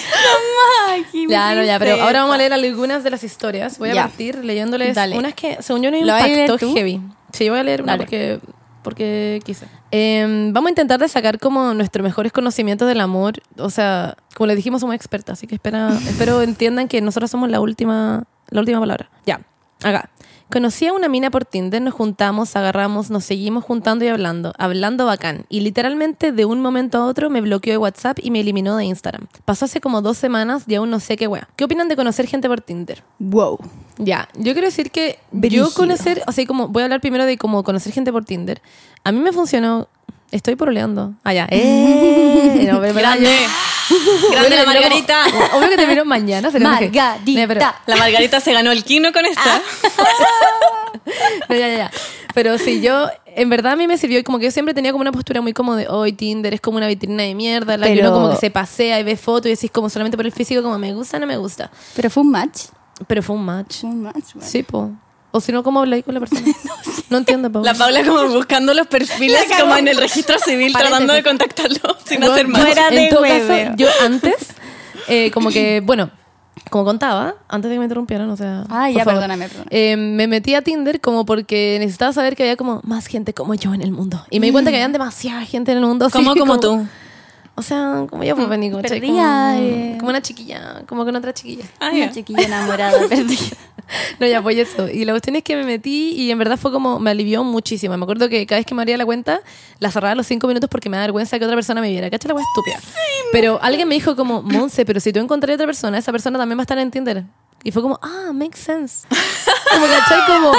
S2: Ya, no, ya, pero ahora vamos a leer algunas de las historias. Voy a
S1: Ya.
S2: partir leyéndoles
S1: Dale.
S2: unas que, según yo, no hay un
S1: ¿La vas a leer
S2: impacto
S1: tú?
S2: heavy. Sí, voy a leer una
S1: Dale.
S2: porque, porque quise. Eh, vamos a intentar de sacar como nuestros mejores conocimientos del amor. O sea, como les dijimos, somos expertas, así que espera, espero entiendan que nosotros somos la última, la última palabra. Ya, acá. Conocí a una mina por Tinder, nos juntamos, agarramos, nos seguimos juntando y hablando, hablando bacán. Y literalmente de un momento a otro me bloqueó de WhatsApp y me eliminó de Instagram. Pasó hace como dos semanas y aún no sé qué wea. ¿Qué opinan de conocer gente por Tinder?
S1: Wow.
S2: Ya, yo quiero decir que yo
S1: Brígido.
S2: conocer, o sea, como voy a hablar primero de como conocer gente por Tinder. A mí me funcionó, estoy poroleando. Ah, ya. Eh, no, pero-
S3: Grande. Grande la Margarita.
S2: Obvio que termino mañana. se enoje.
S1: Margarita.
S2: No, pero-
S3: La Margarita se ganó el kino con esta.
S2: No, ya, ya, ya. Pero sí, yo, en verdad a mí me sirvió y como que yo siempre tenía como una postura muy como de, hoy Tinder es como una vitrina de mierda, en la que
S1: Pero-
S2: uno como que se pasea y ve fotos y decís como solamente por el físico, como me gusta, no me gusta.
S1: Pero fue un match.
S2: Pero fue un match.
S1: Fue un match. bueno.
S2: Sí, po. O si no, ¿cómo habláis con la persona? no, entiendo, po.
S3: La Paula como buscando los perfiles como en el registro civil tratando de contactarlo sin hacer
S2: Bueno,
S3: más.
S2: yo-
S1: de
S2: en todo
S1: hueve.
S2: caso, yo antes, eh, como que, bueno, como contaba, antes de que me interrumpieran, o sea.
S1: Ah,
S2: por
S1: ya,
S2: favor.
S1: perdóname, perdóname.
S2: Eh, me metí a Tinder como porque necesitaba saber que había como más gente como yo en el mundo. Y me di cuenta que había
S1: Mm.
S2: demasiada gente en el mundo. así
S3: Como como tú.
S2: O sea, como yo, pues vení, como,
S1: Perdida,
S2: como,
S1: eh.
S2: como una chiquilla, como con otra chiquilla.
S3: Ah,
S1: Una
S3: ya.
S1: chiquilla enamorada perdida.
S2: No, ya, pues eso. Y la cuestión es que me metí y en verdad fue como, me alivió muchísimo. Me acuerdo que cada vez que me abría la cuenta, la cerraba a los cinco minutos porque me da vergüenza que otra persona me viera. ¿Cacha la wea estúpida? pero alguien me dijo como, Monse, pero si tú encontré a otra persona, esa persona también va a estar en Tinder. Y fue como, ah, makes sense. Como, ¿cachai? Como,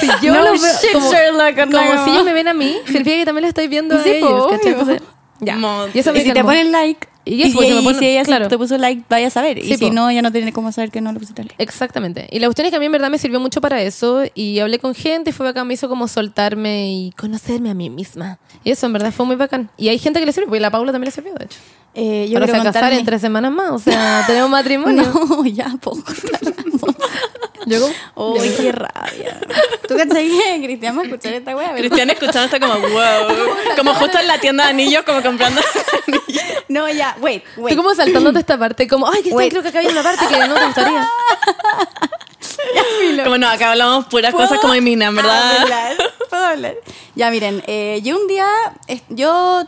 S2: si yo
S1: No
S2: lo veo-
S1: shit,
S2: como,
S1: Sherlock,
S2: como
S1: no.
S2: si ellos me ven a mí, significa que también lo estoy viendo
S1: Sí,
S2: a ellos,
S1: pues,
S2: ¿cachai?
S1: obvio.
S2: Entonces, ya.
S3: Mod.
S2: Y eso me
S1: Y si te
S2: calmó.
S1: ponen like.
S2: Y eso, pues, si me ponen-
S1: si ella se-
S2: claro.
S1: te puso like, vaya a saber.
S2: Sí,
S1: y si
S2: po.
S1: no, ya no tiene cómo saber que no le pusiste like.
S2: Exactamente. Y la cuestión es que a mí en verdad me sirvió mucho para eso. Y hablé con gente, fue bacán, me hizo como soltarme y conocerme a mí misma. Y eso en verdad fue muy bacán. Y hay gente que le sirve, porque la Paula también le sirvió, de hecho.
S1: Eh,
S2: Yo
S1: yo
S2: Ahora
S1: quiero
S2: se va a casar
S1: contarme-
S2: en tres semanas más, o sea, tenemos matrimonio.
S1: No, ya, poco.
S2: Yo como,
S1: Uy, Oh, qué rabia. ¿Tú cachai que Cristian va a escuchar esta wea? ¿verdad?
S3: Cristiana escuchando está como wow. Como justo en la tienda de anillos, como comprando anillos.
S1: No, ya, wait, wait.
S2: estoy como saltándote esta parte, como, ay, que
S1: Wait.
S2: creo que acá había una parte que no te gustaría.
S3: Como no, acá hablamos puras cosas como de mina, en ¿verdad?
S1: Hablar, Ah, puedo hablar. Ya, miren, eh, yo un día, es- yo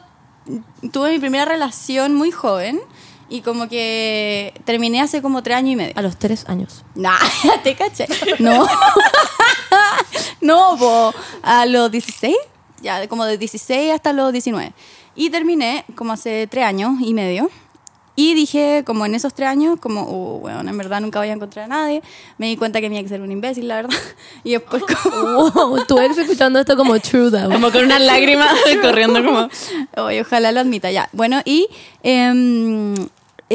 S1: tuve mi primera relación muy joven y como que terminé hace como tres años y medio.
S2: A los tres años.
S1: Nah, te caché. No. no, po. A los 16, ya como de 16 hasta los 19. Y terminé como hace tres años y medio. Y dije, como en esos tres años, como, oh, bueno, en verdad nunca voy a encontrar a nadie. Me di cuenta que mi ex era un imbécil, la verdad. Y después, como,
S2: Wow, tú eres escuchando esto como true, though.
S3: Como con unas lágrimas corriendo como...
S1: Oye, ojalá lo admita, ya. Bueno, y. em,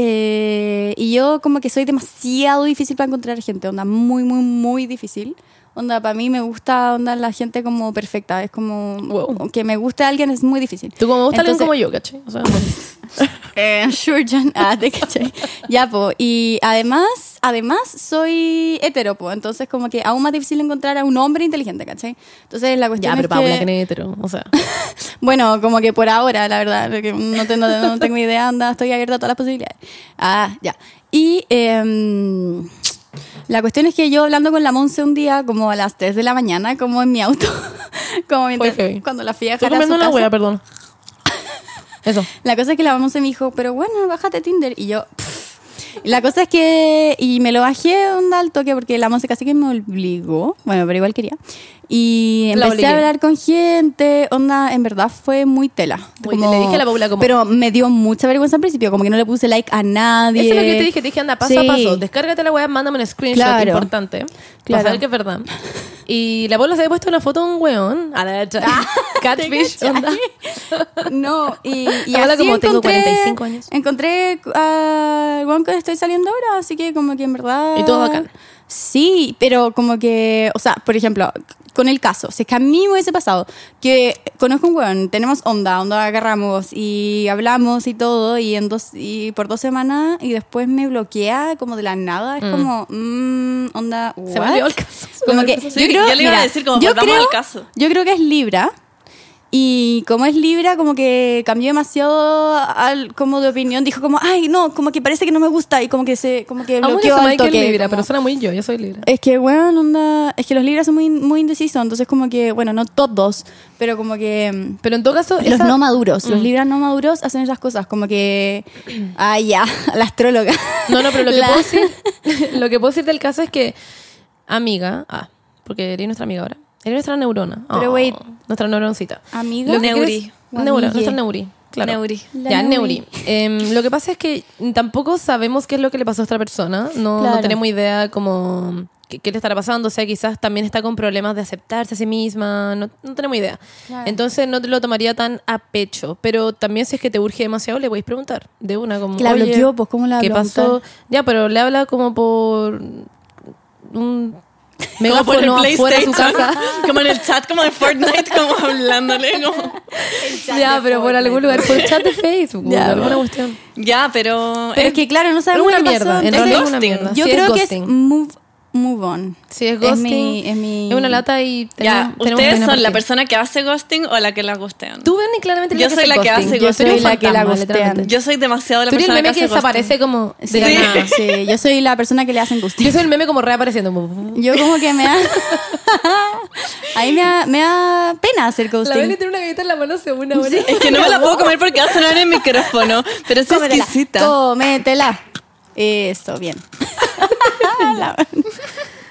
S1: eh, y yo, como que soy demasiado difícil para encontrar gente, onda, muy, muy, muy difícil. Onda, para mí me gusta, onda, la gente como perfecta. Es como.
S2: Wow.
S1: Que me guste alguien es muy difícil.
S2: Tú como gusta alguien
S1: Entonces-
S2: como yo, ¿cachai? O sea, bueno.
S1: eh, sure, John. Ah, te caché. Ya, po. Y además, además soy hetero, po. Entonces, como que aún más difícil encontrar a un hombre inteligente, ¿cachai? Entonces, la cuestión
S2: ya, pero
S1: es
S2: Paula,
S1: que...
S2: que no es hetero, o sea.
S1: Bueno, como que por ahora, la verdad, porque no tengo, no tengo idea, anda, estoy abierta a todas las posibilidades. Ah, ya. Y em, la cuestión es que yo hablando con la Monse un día, como a las 3 de la mañana, como en mi auto, como mientras,
S2: heavy.
S1: cuando la fui a
S2: Estoy
S1: dejar a su
S2: comiendo una
S1: casa.
S2: hueá, perdón. Eso.
S1: La cosa es que la Monse me dijo, pero bueno, bájate Tinder. Y yo, "Pff". La cosa es que. Y me lo bajé onda al toque porque la música sí que me obligó. Bueno, pero igual quería. Y empecé
S2: La
S1: a
S2: obligué.
S1: hablar con gente. Onda, en verdad fue muy tela.
S2: Muy- le dije a la Paula como-
S1: Pero me dio mucha vergüenza al principio. Como que no le puse like a nadie.
S2: Eso es lo que yo te dije, te dije, anda, paso a
S1: Sí.
S2: paso, descárgate la weá, mándame un screenshot
S1: Claro.
S2: importante, para
S1: Claro.
S2: saber que es verdad. Y la Paula se había puesto una foto de un weón, Ah, a la catfish, onda.
S1: No, y, y
S2: Ahora
S1: así
S2: como tengo
S1: encontré,
S2: 45 años.
S1: Encontré a Juan que estoy saliendo ahora, así que como que en verdad...
S2: Y todo bacán.
S1: Sí, pero como que, o sea, por ejemplo, con el caso, si es que a mí me hubiese pasado que conozco un weón, tenemos onda, onda agarramos y hablamos y todo, y, en dos, y por dos semanas, y después me bloquea como de la nada, es como, mm, onda,
S2: Se
S1: what?
S2: volvió el caso.
S1: Como que,
S3: Sí,
S1: yo creo,
S3: yo le iba a
S1: mira,
S3: decir como
S1: yo
S3: volvamos
S1: creo-
S3: al caso.
S1: Yo creo que es Libra. Y como es Libra, como que cambió demasiado al, como de opinión. Dijo como, ay, no, como que parece que no me gusta. Y como que se, como que
S2: Aún
S1: bloqueó
S2: eso
S1: al
S2: Michael
S1: toque.
S2: Libra,
S1: como-
S2: pero suena muy yo, yo soy Libra.
S1: es que, bueno, onda, es que los Libras son muy, muy indecisos. Entonces como que, bueno, no todos, pero como que... mm,
S2: Pero en todo caso,
S1: Los
S2: esa-
S1: no maduros, los libras no maduros hacen esas cosas, como que. Ah, ya, la astróloga.
S2: No, no, pero lo que,
S1: La-
S2: puedo decir, lo que puedo decir del caso es que, amiga, ah, porque eres nuestra amiga ahora, eres nuestra neurona.
S1: Pero
S2: Oh,
S1: wait.
S2: Nuestra neuroncita.
S1: Amiga.
S2: Lo que
S3: Neuri.
S2: quieres- neuro-
S1: Guamille.
S2: nuestra neuri. Claro.
S3: Neuri.
S1: La
S2: Ya, neuri.
S1: neuri.
S2: Em, lo que pasa es que tampoco sabemos qué es lo que le pasó a esta persona. No, no
S1: Claro.
S2: tenemos idea como qué, qué le estará pasando. O sea, quizás también está con problemas de aceptarse a sí misma. No, no tenemos idea.
S1: Claro.
S2: Entonces no te lo tomaría tan a pecho. Pero también si es que te urge demasiado, le podéis preguntar de una como...
S1: Que la
S2: "Oye,
S1: bloqueó, pues, ¿cómo la
S2: ¿Qué
S1: bloqueó?
S2: pasó? Ya, pero le habla como por un
S3: Como por el
S2: megáfono afuera de su casa.
S3: como en el chat, como de Fortnite, como hablándole. Como...
S2: Ya, pero por algún lugar, por chat de Facebook,
S1: Ya,
S2: alguna
S1: bueno.
S2: cuestión.
S3: Ya, pero.
S1: Pero es que, claro, no sabemos
S2: una
S1: qué pasó,
S2: mierda, en
S1: entonces-
S2: realidad es una
S3: ghosting.
S2: mierda.
S1: Yo
S2: Sí,
S1: creo que es
S2: ghosting.
S1: move, move on.
S2: Sí, es ghosting.
S1: mi- es mi-
S2: una lata y tenemos-
S3: Ya,
S2: tenemos
S3: ¿ustedes
S2: pena por
S3: son la
S2: ti.
S3: persona que hace ghosting o la que la gustean?
S2: Tú, Benny, claramente
S3: Yo soy la que hace
S2: Yo
S3: ghosting.
S2: soy
S1: Yo soy
S2: la que la
S1: gustean.
S2: Yo
S3: Yo soy demasiado la
S2: Tú eres el
S3: persona
S2: meme que,
S3: hace ghosting.
S2: desaparece como de
S1: Sí,
S2: la
S1: sí.
S2: nada.
S1: yo soy la persona que le hacen gusto.
S2: Yo soy el meme como reapareciendo. como-
S1: Yo como que me da... Ahí me da, me da pena hacer
S2: La Benny
S1: ghosting.
S2: tiene una galleta en la mano hace una hora.
S3: Es que no me la puedo comer porque va a sonar en el micrófono, pero es
S1: Cómetela,
S3: exquisita.
S1: Cómetela. Eso, bien. La-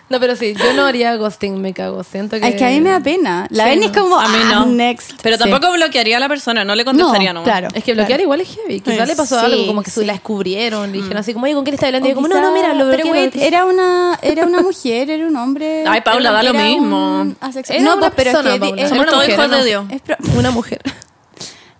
S2: No, pero sí, yo no haría ghosting, me cago. Siento que...
S1: Es que a mí me da pena. La
S2: Sí,
S1: ven es
S2: no.
S1: como,
S3: A mí no.
S1: "Ah, next.
S3: Pero
S1: Sí.
S3: tampoco bloquearía a la persona, no le contestaría
S1: No,
S3: nomás.
S1: claro.
S2: Es que bloquear igual es heavy. Quizás
S1: Pues,
S2: le pasó
S1: sí,
S2: algo, como que se
S1: sí. Mm.
S2: la descubrieron. Le dijeron así como, oye, ¿con qué le está hablando? Y
S1: O
S2: yo como, no, no,
S1: quizá-
S2: mira, lo
S1: pero
S2: bloqueé.
S1: wait, era una era una mujer, era un hombre.
S3: Ay, Paula,
S1: era-
S3: da lo
S1: era
S3: mismo.
S1: un asexual.
S2: Era
S1: no,
S2: una
S1: pues, pero
S2: persona,
S1: es que di-
S2: Paula.
S1: es-
S3: Somos
S2: Una
S3: todos
S2: mujer,
S3: hijos
S2: ¿no?
S3: de Dios.
S1: es pro-
S2: Una mujer.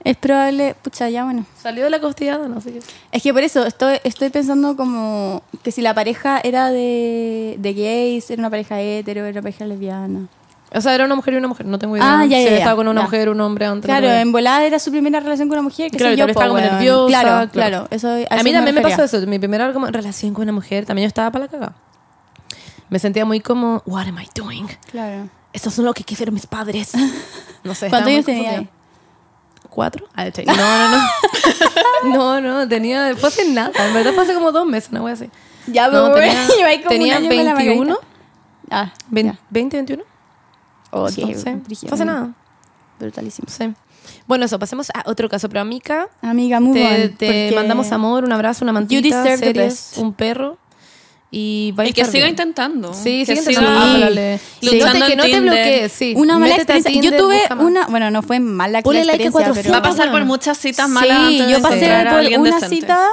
S1: es probable, pucha, ya bueno.
S2: Salió de la costillada, no sé qué.
S1: Es que por eso estoy, estoy pensando como que si la pareja era de, de gays, era una pareja hetero, era una pareja lesbiana.
S2: O sea, era una mujer y una mujer, no tengo idea.
S1: Ah, ya,
S2: si
S1: ya,
S2: había
S1: ya.
S2: estado con una
S1: Ya.
S2: mujer, un hombre, antes.
S1: Claro, em, en volada era su primera relación con una mujer, que
S2: Claro,
S1: sé
S2: y
S1: yo,
S2: también estaba
S1: po,
S2: como
S1: weón.
S2: nerviosa,
S1: Claro,
S2: claro.
S1: claro. Eso, a
S2: A
S1: eso
S2: mí también me
S1: refería.
S2: pasó eso. Mi primera como relación con una mujer, también yo estaba para la caga. Me sentía muy como, what am I doing?
S1: Claro.
S2: Esto es lo que quisieron mis padres. No sé. estaba
S1: ¿Cuántos
S2: muy
S1: años tenía
S2: confundida.
S1: ahí? Ah,
S2: ¿Cuatro? No, no, no. No, no, tenía. Fue hace nada. En verdad fue hace como dos meses, una wea así.
S1: Ya, pues,
S2: No,
S1: pero
S2: tenía-
S1: lleva ahí Ah, como
S2: tenía
S1: un año con la
S2: 21.
S1: Ah,
S2: Vein-
S1: ya.
S2: ¿20, 21?
S1: Oh,
S2: Sí,
S1: qué
S2: no sé.
S1: brígido.
S2: Fue hace nada.
S1: Brutalísimo.
S2: Sí. Bueno, eso, pasemos a otro caso. Pero Amica,
S1: Amiga, muy
S2: te,
S1: bueno.
S2: te mandamos amor, un abrazo, una mantita,
S1: deserve the
S2: series,
S1: best.
S2: un perro. Y va a
S3: Y que
S2: estar
S3: siga
S2: bien.
S3: intentando.
S2: Sí,
S3: que
S2: sigue intentando.
S1: siga-
S2: háblale.
S3: Sí.
S2: Que no te-
S3: Luchando
S2: que
S3: en
S2: no te
S3: Tinder.
S2: bloquees, sí.
S1: Una mala
S2: Métete a
S1: experiencia.
S2: Tinder,
S1: yo tuve
S2: busca más.
S1: una, bueno, no fue mala la
S2: Ponle like a
S1: experiencia,
S2: cuatrocientos.
S1: pero
S3: Va a pasar por
S2: Bueno.
S3: muchas citas malas.
S1: Sí,
S3: antes de
S1: yo pasé
S3: encontrar a
S1: por
S3: alguien
S1: una
S3: decente.
S1: cita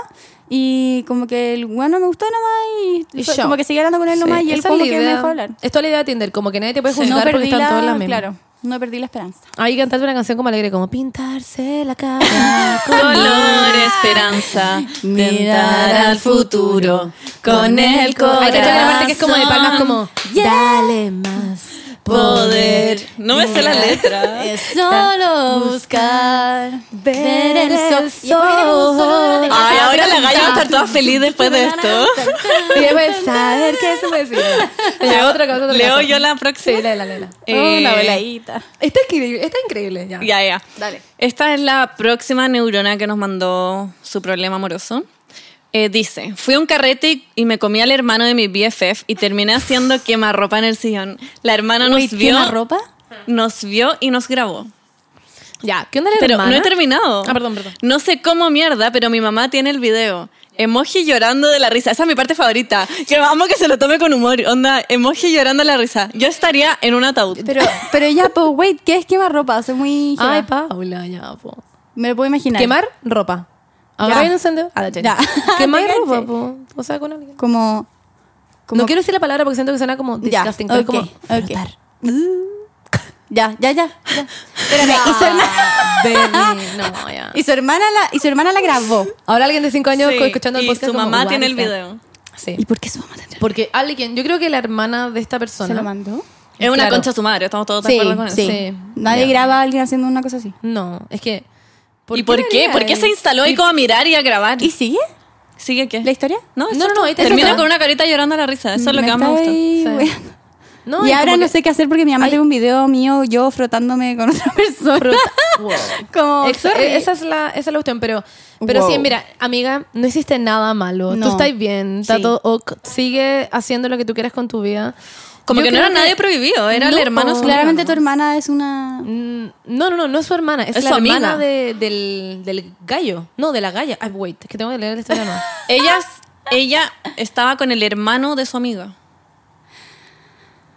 S1: y como que el bueno no me gustó nomás y,
S2: Y
S1: fue
S2: chao.
S1: como que seguía hablando con él nomás y él
S2: Esa
S1: como
S2: es la
S1: que me
S2: idea.
S1: dejó hablar.
S2: Esto es la idea de Tinder, como que nadie te puede juzgar
S1: no
S2: porque
S1: perdí
S2: están todas las
S1: la,
S2: mismas.
S1: claro, no perdí la esperanza.
S2: Hay que cantar una canción como alegre, como pintarse la cara. con
S3: Color, esperanza,
S1: Mirar al futuro con el
S2: Hay que
S1: cachar
S2: cantar la parte que es como de palmas, como Oh, dale más
S3: poder. No me sé la letra.
S1: Es solo buscar ver el sol.
S3: Ay, ahora la galla va a estar toda feliz después de esto.
S2: Y después saber qué es su vecino. Ya, otra cosa, otra
S3: Leo
S2: cosa.
S3: yo la próxima.
S2: Sí, léela, léela.
S3: Eh,
S1: Una veladita.
S2: Está increíble, está increíble ya.
S3: Ya, ya.
S1: Dale.
S3: Esta es la próxima neurona que nos mandó su problema amoroso. Eh, dice, fui a un carrete y- y me comí al hermano de mi BFF y terminé haciendo quemarropa en el sillón. La hermana nos
S1: Wait,
S3: vio,
S1: ropa?
S3: nos vio y nos grabó.
S2: Ya, ¿qué onda la
S3: Pero
S2: hermana?
S3: no he terminado.
S2: Ah, perdón, perdón.
S3: No sé cómo mierda, pero mi mamá tiene el video. Emoji llorando de la risa. Esa es mi parte favorita. Que amo que se lo tome con humor. Onda, emoji llorando de la risa. Yo estaría en un ataúd.
S1: Pero, pero ya, pues, wait, ¿qué es quemar ropa? Soy muy. jeva.
S2: Ay, Paula, ya, po.
S1: Me lo puedo imaginar.
S2: Quemar ropa. Ahora
S1: Ya.
S2: hay un incendio. Ah, la
S1: Ya.
S2: chela. Quemar
S1: Te caché.
S2: ropa, po. O sea, con alguien.
S1: Como. como
S2: No quiero decir la palabra porque siento que suena como disgusting,
S1: ya,
S2: pero
S1: ok,
S2: como
S1: ok.
S2: frotar.
S1: Ya, ya, ya. ya. Espérame, y su hermana.
S2: Baby, Ah, no, ya.
S1: Y su hermana la, y su hermana la grabó.
S2: Ahora alguien de 5 años
S3: Sí,
S2: escuchando el
S3: y
S2: podcast
S3: su
S2: como,
S3: mamá
S2: "Guau,
S3: tiene el
S2: esta".
S3: video.
S2: Sí.
S1: ¿Y por qué su mamá tendrá-
S2: Porque alguien, yo creo que la hermana de
S1: se
S2: esta
S1: lo
S2: persona
S1: mandó?
S3: Es una
S2: Claro.
S3: concha a su madre. Estamos todos de
S1: Sí,
S3: acuerdo con eso.
S1: sí.
S2: Sí,
S1: Nadie
S2: ya.
S1: graba a alguien haciendo una cosa así.
S2: No, es que
S3: ¿Y por qué?
S2: haría
S3: ¿Por qué se
S2: eso?
S3: instaló ahí como a mirar y a grabar?
S1: ¿Y sigue
S3: ¿Sigue qué?
S1: la historia? Mm,
S3: No,
S2: No,
S3: no,
S2: no,
S3: no.
S2: ahí te-
S3: Termina
S2: eso-
S3: con una carita llorando a la risa. Eso es lo que más me gusta.
S1: estáis
S2: Sí.
S1: weando.
S2: No,
S1: y
S2: es
S1: ahora
S2: como
S1: no
S2: que-
S1: sé qué hacer porque mi mamá
S2: Ay.
S1: tiene un video mío yo frotándome con otra persona.
S2: Wow.
S1: Como,
S2: Ex-
S1: sorry.
S2: e esa es la esa es la cuestión, pero pero
S1: Wow.
S2: sí, mira, amiga, no hiciste nada malo.
S1: No.
S2: Tú estás bien, está
S1: Sí.
S2: todo ok. sigue haciendo lo que tú quieras con tu vida.
S3: Como
S2: Yo
S3: que no
S2: creo
S3: era nadie prohibido. Era
S2: No,
S3: el hermano
S2: su
S1: Claramente tu hermana es una...
S2: Mm, No, no, no, no es su hermana, es,
S3: Es
S2: la
S3: su
S2: hermana
S3: amiga.
S2: de- del, del gallo. No, de la galla. Ay, wait, es que tengo que leer la historia nueva.
S3: Ellas, ella estaba con el hermano de su amiga.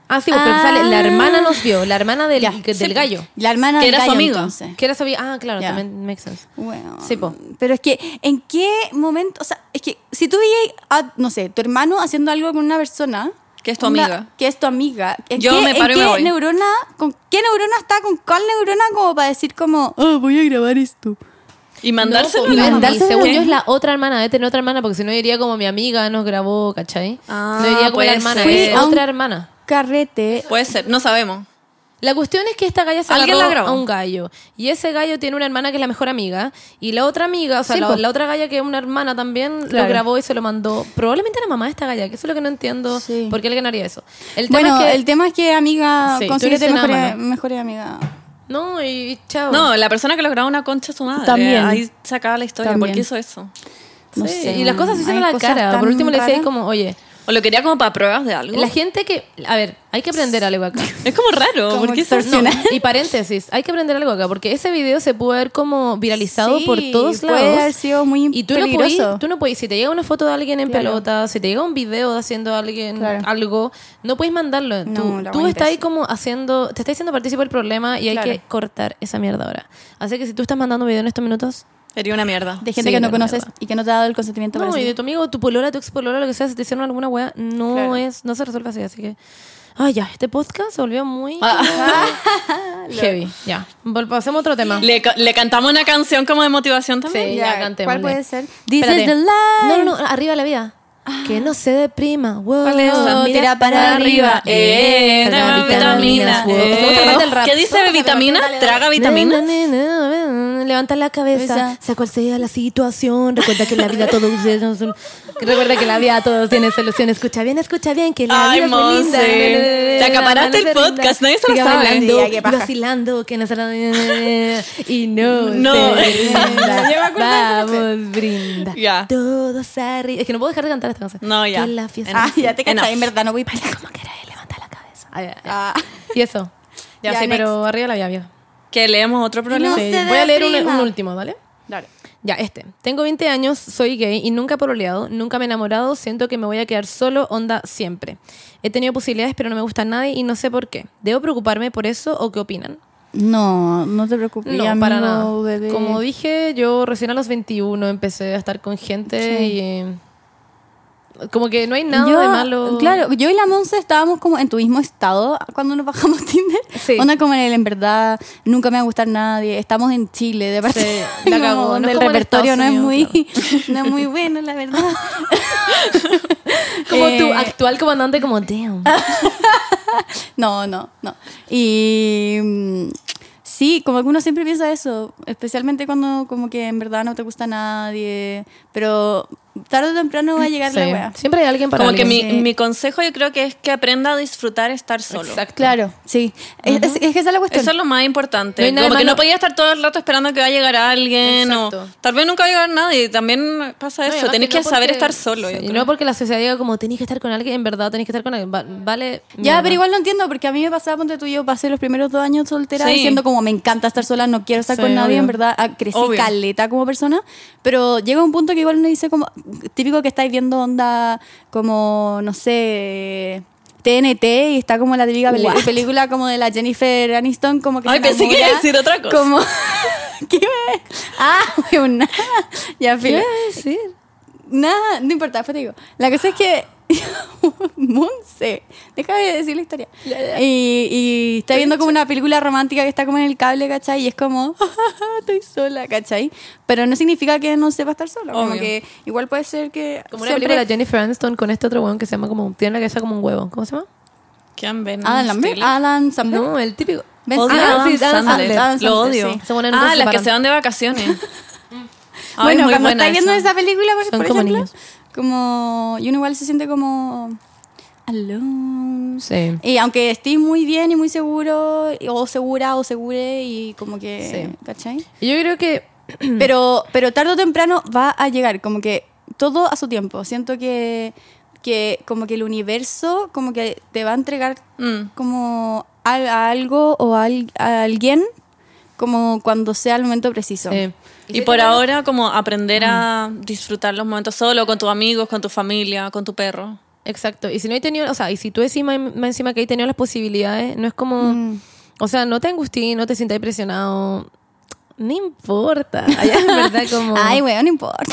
S2: Ah, sí, pero
S1: Ah.
S2: sale, la hermana nos vio, la hermana del, del
S3: sí.
S2: gallo.
S1: La hermana
S3: Que
S1: del
S3: era su
S1: gallo,
S3: amigo.
S1: entonces.
S2: Que era sabía. Ah, claro,
S1: Ya.
S2: también makes sense.
S1: Bueno,
S2: Sí, po.
S1: Pero es que, ¿en qué momento? O sea, es que si tú veías a, no sé, tu hermano haciendo algo con una persona.
S3: Que es tu
S1: onda,
S3: amiga.
S1: Que es tu amiga. ¿en
S3: Yo
S1: qué-
S3: me paro
S1: en
S3: y me
S1: qué
S3: voy.
S1: Neurona, ¿Con qué neurona está? ¿Con cuál neurona? Como para decir como, oh, voy a grabar esto.
S3: Y mandárselo a
S2: No,
S3: la
S2: y
S3: mamá.
S1: mandárselo
S2: según
S1: ¿Qué?
S2: yo es la otra hermana, debe tener otra hermana, porque si no diría como mi amiga nos grabó, ¿cachai?
S3: Ah,
S2: no diría como la
S3: puede
S2: hermana,
S3: ser.
S2: es
S1: Fui a un-
S2: otra hermana.
S1: Carrete.
S3: Puede ser, no sabemos.
S2: La cuestión es que esta galla se
S3: Alguien la
S2: agarró
S3: grabó.
S2: a un gallo. Y ese gallo tiene una hermana que es la mejor amiga. Y la otra amiga, o sea,
S1: Sí,
S2: la,
S1: po.
S2: la otra galla que es una hermana también,
S1: Claro.
S2: lo grabó y se lo mandó. Probablemente la mamá de esta galla, que eso es lo que no entiendo.
S1: Sí.
S2: ¿Por qué alguien haría eso? El tema
S1: bueno,
S2: es que.
S1: el tema es que amiga,
S2: Sí, tú
S1: consíguete
S2: eres una
S1: mejores,
S2: mano.
S1: mejores amigas.
S2: No, y chao.
S3: No, la persona que lo grabó una concha a su madre.
S1: También.
S3: Ahí se acaba la historia.
S1: También.
S3: ¿Por qué hizo eso?
S1: No
S2: Sí,
S1: sé.
S2: Y las cosas se hacen
S1: hay
S2: a la
S1: cosas
S2: cara.
S1: tan
S2: Por último le decía ahí
S1: raras.
S2: como, oye,
S3: ¿O lo quería como para pruebas de algo?
S2: la gente que. A ver, hay que aprender algo acá.
S3: Es como raro.
S1: Como
S3: ¿Por qué
S1: extor-
S3: eso?
S2: No,
S1: Profesional.
S2: y paréntesis, hay que aprender algo acá, porque ese video se pudo haber como viralizado
S1: Sí,
S2: por todos
S1: puede
S2: lados.
S1: haber sido muy
S2: y tú no podís-
S1: peligroso.
S2: tú no podís, si te llega una foto de alguien en
S1: Claro.
S2: pelota, si te llega un video de haciendo a alguien
S1: Claro.
S2: algo, no puedes mandarlo.
S1: No,
S2: tú
S1: la
S2: tú
S1: buena
S2: estás ahí
S1: idea.
S2: como haciendo, te estás haciendo partícipe del problema y hay
S1: Claro.
S2: que cortar esa mierda ahora. Así que si tú estás mandando un video en estos minutos,
S3: Sería una mierda.
S1: De gente
S2: Sí,
S1: que no
S2: la
S1: conoces
S2: mierda.
S1: y que no te ha dado el consentimiento para
S2: no, y
S1: hacer-
S2: de tu amigo, tu polola, tu ex polola, lo que sea, si te hicieron alguna wea, no
S1: Claro.
S2: es, no se resuelve así, así que. Ay, ya, este podcast se volvió muy
S1: Ah,
S3: Ah,
S2: heavy. Ya. Vol- Pasemos a otro tema.
S3: ¿Le, ca- le cantamos una canción como de motivación también?
S2: Sí,
S1: Ya,
S2: ya
S1: ¿Cuál
S2: cantémosle.
S1: puede ser? This
S2: Espérate.
S1: is the life.
S2: No, no, no, arriba la vida. Que no se deprima. Wow.
S3: ¿Cuál es esa?
S1: Mira para arriba.
S3: Eh, traga vitamina.
S2: wow. Somos capaz del
S3: eh.
S2: rap.
S3: ¿Qué dice
S2: Somos
S3: vitamina?
S2: capaz del rap.
S3: ¿Traga vitamina?
S2: Na, na, na, na, na. Levanta la cabeza,
S1: Cabeza.
S2: sea cual sea la situación. Recuerda que en la vida todos recuerda que en la vida todos tienen solución. Escucha bien, escucha bien, que la
S3: Ay,
S2: vida es muy linda.
S3: Monse. Te acaparaste el
S2: La vida es
S3: podcast,
S2: linda.
S3: nadie se lo
S2: Siga
S3: sabe.
S2: bailando
S1: Ya, qué
S2: y
S1: paja.
S2: vacilando, que no se y no,
S3: No.
S2: se rinda.
S3: Yo me acuerdo de esa frase.
S2: Vamos, brinda.
S3: Ya.
S2: Todos arriba. Es que no puedo dejar de cantar esta canción.
S3: No, ya.
S2: Que la fiesta.
S1: Ah, ya te cansé,
S3: Enough.
S1: en verdad no voy para
S2: Baila como quieras y levanta la cabeza. Ay, ay, ay.
S1: Ah.
S2: Y eso. Ya,
S1: Ya,
S2: sí,
S1: next.
S2: pero arriba la llave.
S3: Que leemos otro
S1: No
S3: problema.
S2: Sí.
S1: se
S2: Voy a leer un,
S1: deprima.
S2: un último, ¿vale?
S1: Dale.
S2: Ya, este. Tengo 20 años, soy gay y nunca he pololeado, nunca me he enamorado, siento que me voy a quedar solo, onda siempre. He tenido posibilidades, pero no me gusta nadie y no sé por qué. ¿Debo preocuparme por eso o qué opinan?
S1: No, no te preocupes.
S2: No,
S1: amigo,
S2: para nada.
S1: bebé.
S2: Como dije, yo recién a los 21 empecé a estar con gente
S1: Sí.
S2: y... eh, como que no hay nada
S1: Yo-
S2: de malo.
S1: Claro, yo y la Monse estábamos como en tu mismo estado cuando nos bajamos Tinder.
S2: Sí.
S1: Onda como en el, en verdad, nunca me va a gustar nadie. Estamos en Chile, de parte.
S2: Sí, la cagó. No es
S1: Como, del
S2: como en
S1: repertorio no es,
S2: Estados
S1: muy,
S2: Unidos,
S1: no es muy bueno, la verdad.
S2: Como tu
S1: Eh,
S2: actual comandante, como, damn.
S1: No, no, no. Y mm, sí, como que uno siempre piensa eso, especialmente cuando como que en verdad no te gusta nadie, pero tarde o temprano va a llegar la
S2: Sí.
S1: wea.
S2: Siempre hay alguien para
S3: Como que
S2: alguien.
S3: mi,
S1: Sí.
S3: mi consejo yo creo que es que aprenda a disfrutar estar solo.
S2: Exacto.
S1: Claro, sí. Es- es, es que esa es la cuestión.
S3: Eso es lo más importante.
S2: No hay nada
S3: como que
S2: malo.
S3: no podía estar todo el rato esperando que va a llegar alguien
S2: Exacto.
S3: o tal vez nunca va a llegar nadie. También pasa
S2: No, y
S3: eso.
S2: además
S3: Tenés que
S2: no
S3: saber
S2: porque-
S3: estar solo.
S2: Sí,
S3: yo
S2: y
S3: creo.
S2: no porque la sociedad diga como tenés que estar con alguien, en verdad tenés que estar con alguien. Va- vale.
S1: Ya,
S2: mierda.
S1: pero igual lo entiendo, porque a mí me pasaba, ponte tú, yo pasé los primeros dos años soltera
S3: Sí.
S1: diciendo como me encanta estar sola, no quiero estar
S2: Sí,
S1: con nadie,
S2: obvio.
S1: en verdad, ah, crecí
S3: Obvio.
S1: caleta como persona, pero llega un punto que igual uno dice como, típico que estáis viendo onda como, no sé... TNT y está como la típica peli-
S2: What?
S1: película como de la Jennifer Aniston como que
S3: Ay,
S1: se
S3: pensé que iba a
S1: enamora,
S3: decir otra cosa.
S1: como ¿Qué iba a- ah una ya
S2: ¿Qué
S1: filo.
S2: iba a decir?
S1: Nada, no importa, después te digo. La cosa es que. Monse, déjame de decir la historia.
S2: Ya, ya.
S1: Y, y está viendo como una película romántica que está como en el cable, ¿cachai? Y es como, estoy sola, ¿cachai? Pero no significa que no sepa estar sola. Como
S3: Obvio.
S1: que igual puede ser que.
S2: Como una
S1: siempre-
S2: película de Jennifer Aniston con este otro weón que se llama como. Tiene la cabeza como un huevo. ¿Cómo se llama?
S3: Keanu Ben
S2: Ah,
S1: Alan Lambert.
S3: Stiller.
S1: Alan Sandler.
S2: No, el típico.
S1: Ben
S3: Odio
S1: Stiller.
S3: a
S2: Ah,
S3: Adam
S2: sí, Adam
S3: Sandler.
S2: Sandler.
S1: Adam
S3: Lo
S1: Sandler,
S3: odio.
S1: sí.
S2: Se ponen
S3: Ah,
S2: juntos y
S3: las que
S2: paran.
S3: se van de vacaciones. Ay,
S1: bueno,
S3: muy
S1: cuando
S3: buena
S1: está viendo
S3: esa.
S1: esa película, por,
S2: Son
S1: por
S2: como
S1: ejemplo,
S2: niños.
S1: como. Y uno igual se siente como. Alone.
S2: Sí.
S1: Y aunque estés muy bien y muy seguro, o segura o segure, y como que.
S2: Sí.
S1: ¿Cachai?
S2: Y Yo creo que.
S1: Pero, pero tarde o temprano va a llegar, como que todo a su tiempo. Siento que, que como que el universo como que te va a entregar
S3: Mm.
S1: como al- a, algo o a, al- a alguien como cuando sea el momento preciso.
S2: eh,
S3: Y Ah. por ahora, como aprender a disfrutar los momentos solo, con tus amigos, con tu familia, con tu perro.
S2: Exacto. Y si no he tenido, o sea, y si tú encima, más encima que he tenido las posibilidades, no es como, o sea, no te angustí, no te sientas presionado, no importa. Allá es verdad como,
S1: Ay, weón, no importa.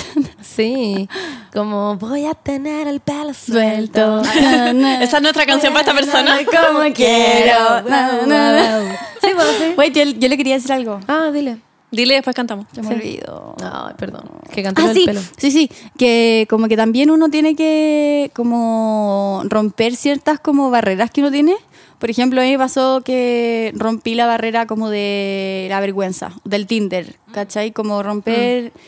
S2: sí, como voy a tener el pelo suelto.
S3: Esa es nuestra canción para esta persona.
S1: Como quiero. Na, na, na.
S2: Sí, pues, sí.
S1: Wait, yo, yo le quería decir algo.
S2: Ah, dile.
S3: Dile y después cantamos.
S1: Se me olvidó.
S2: Ay, perdón. Que cantó
S1: Ah,
S2: el
S1: sí,
S2: pelo.
S1: sí, sí, que como que también uno tiene que como romper ciertas como barreras que uno tiene. Por ejemplo, a mí me pasó que rompí la barrera como de la vergüenza, del Tinder, ¿cachai? Como romper,
S2: Mm.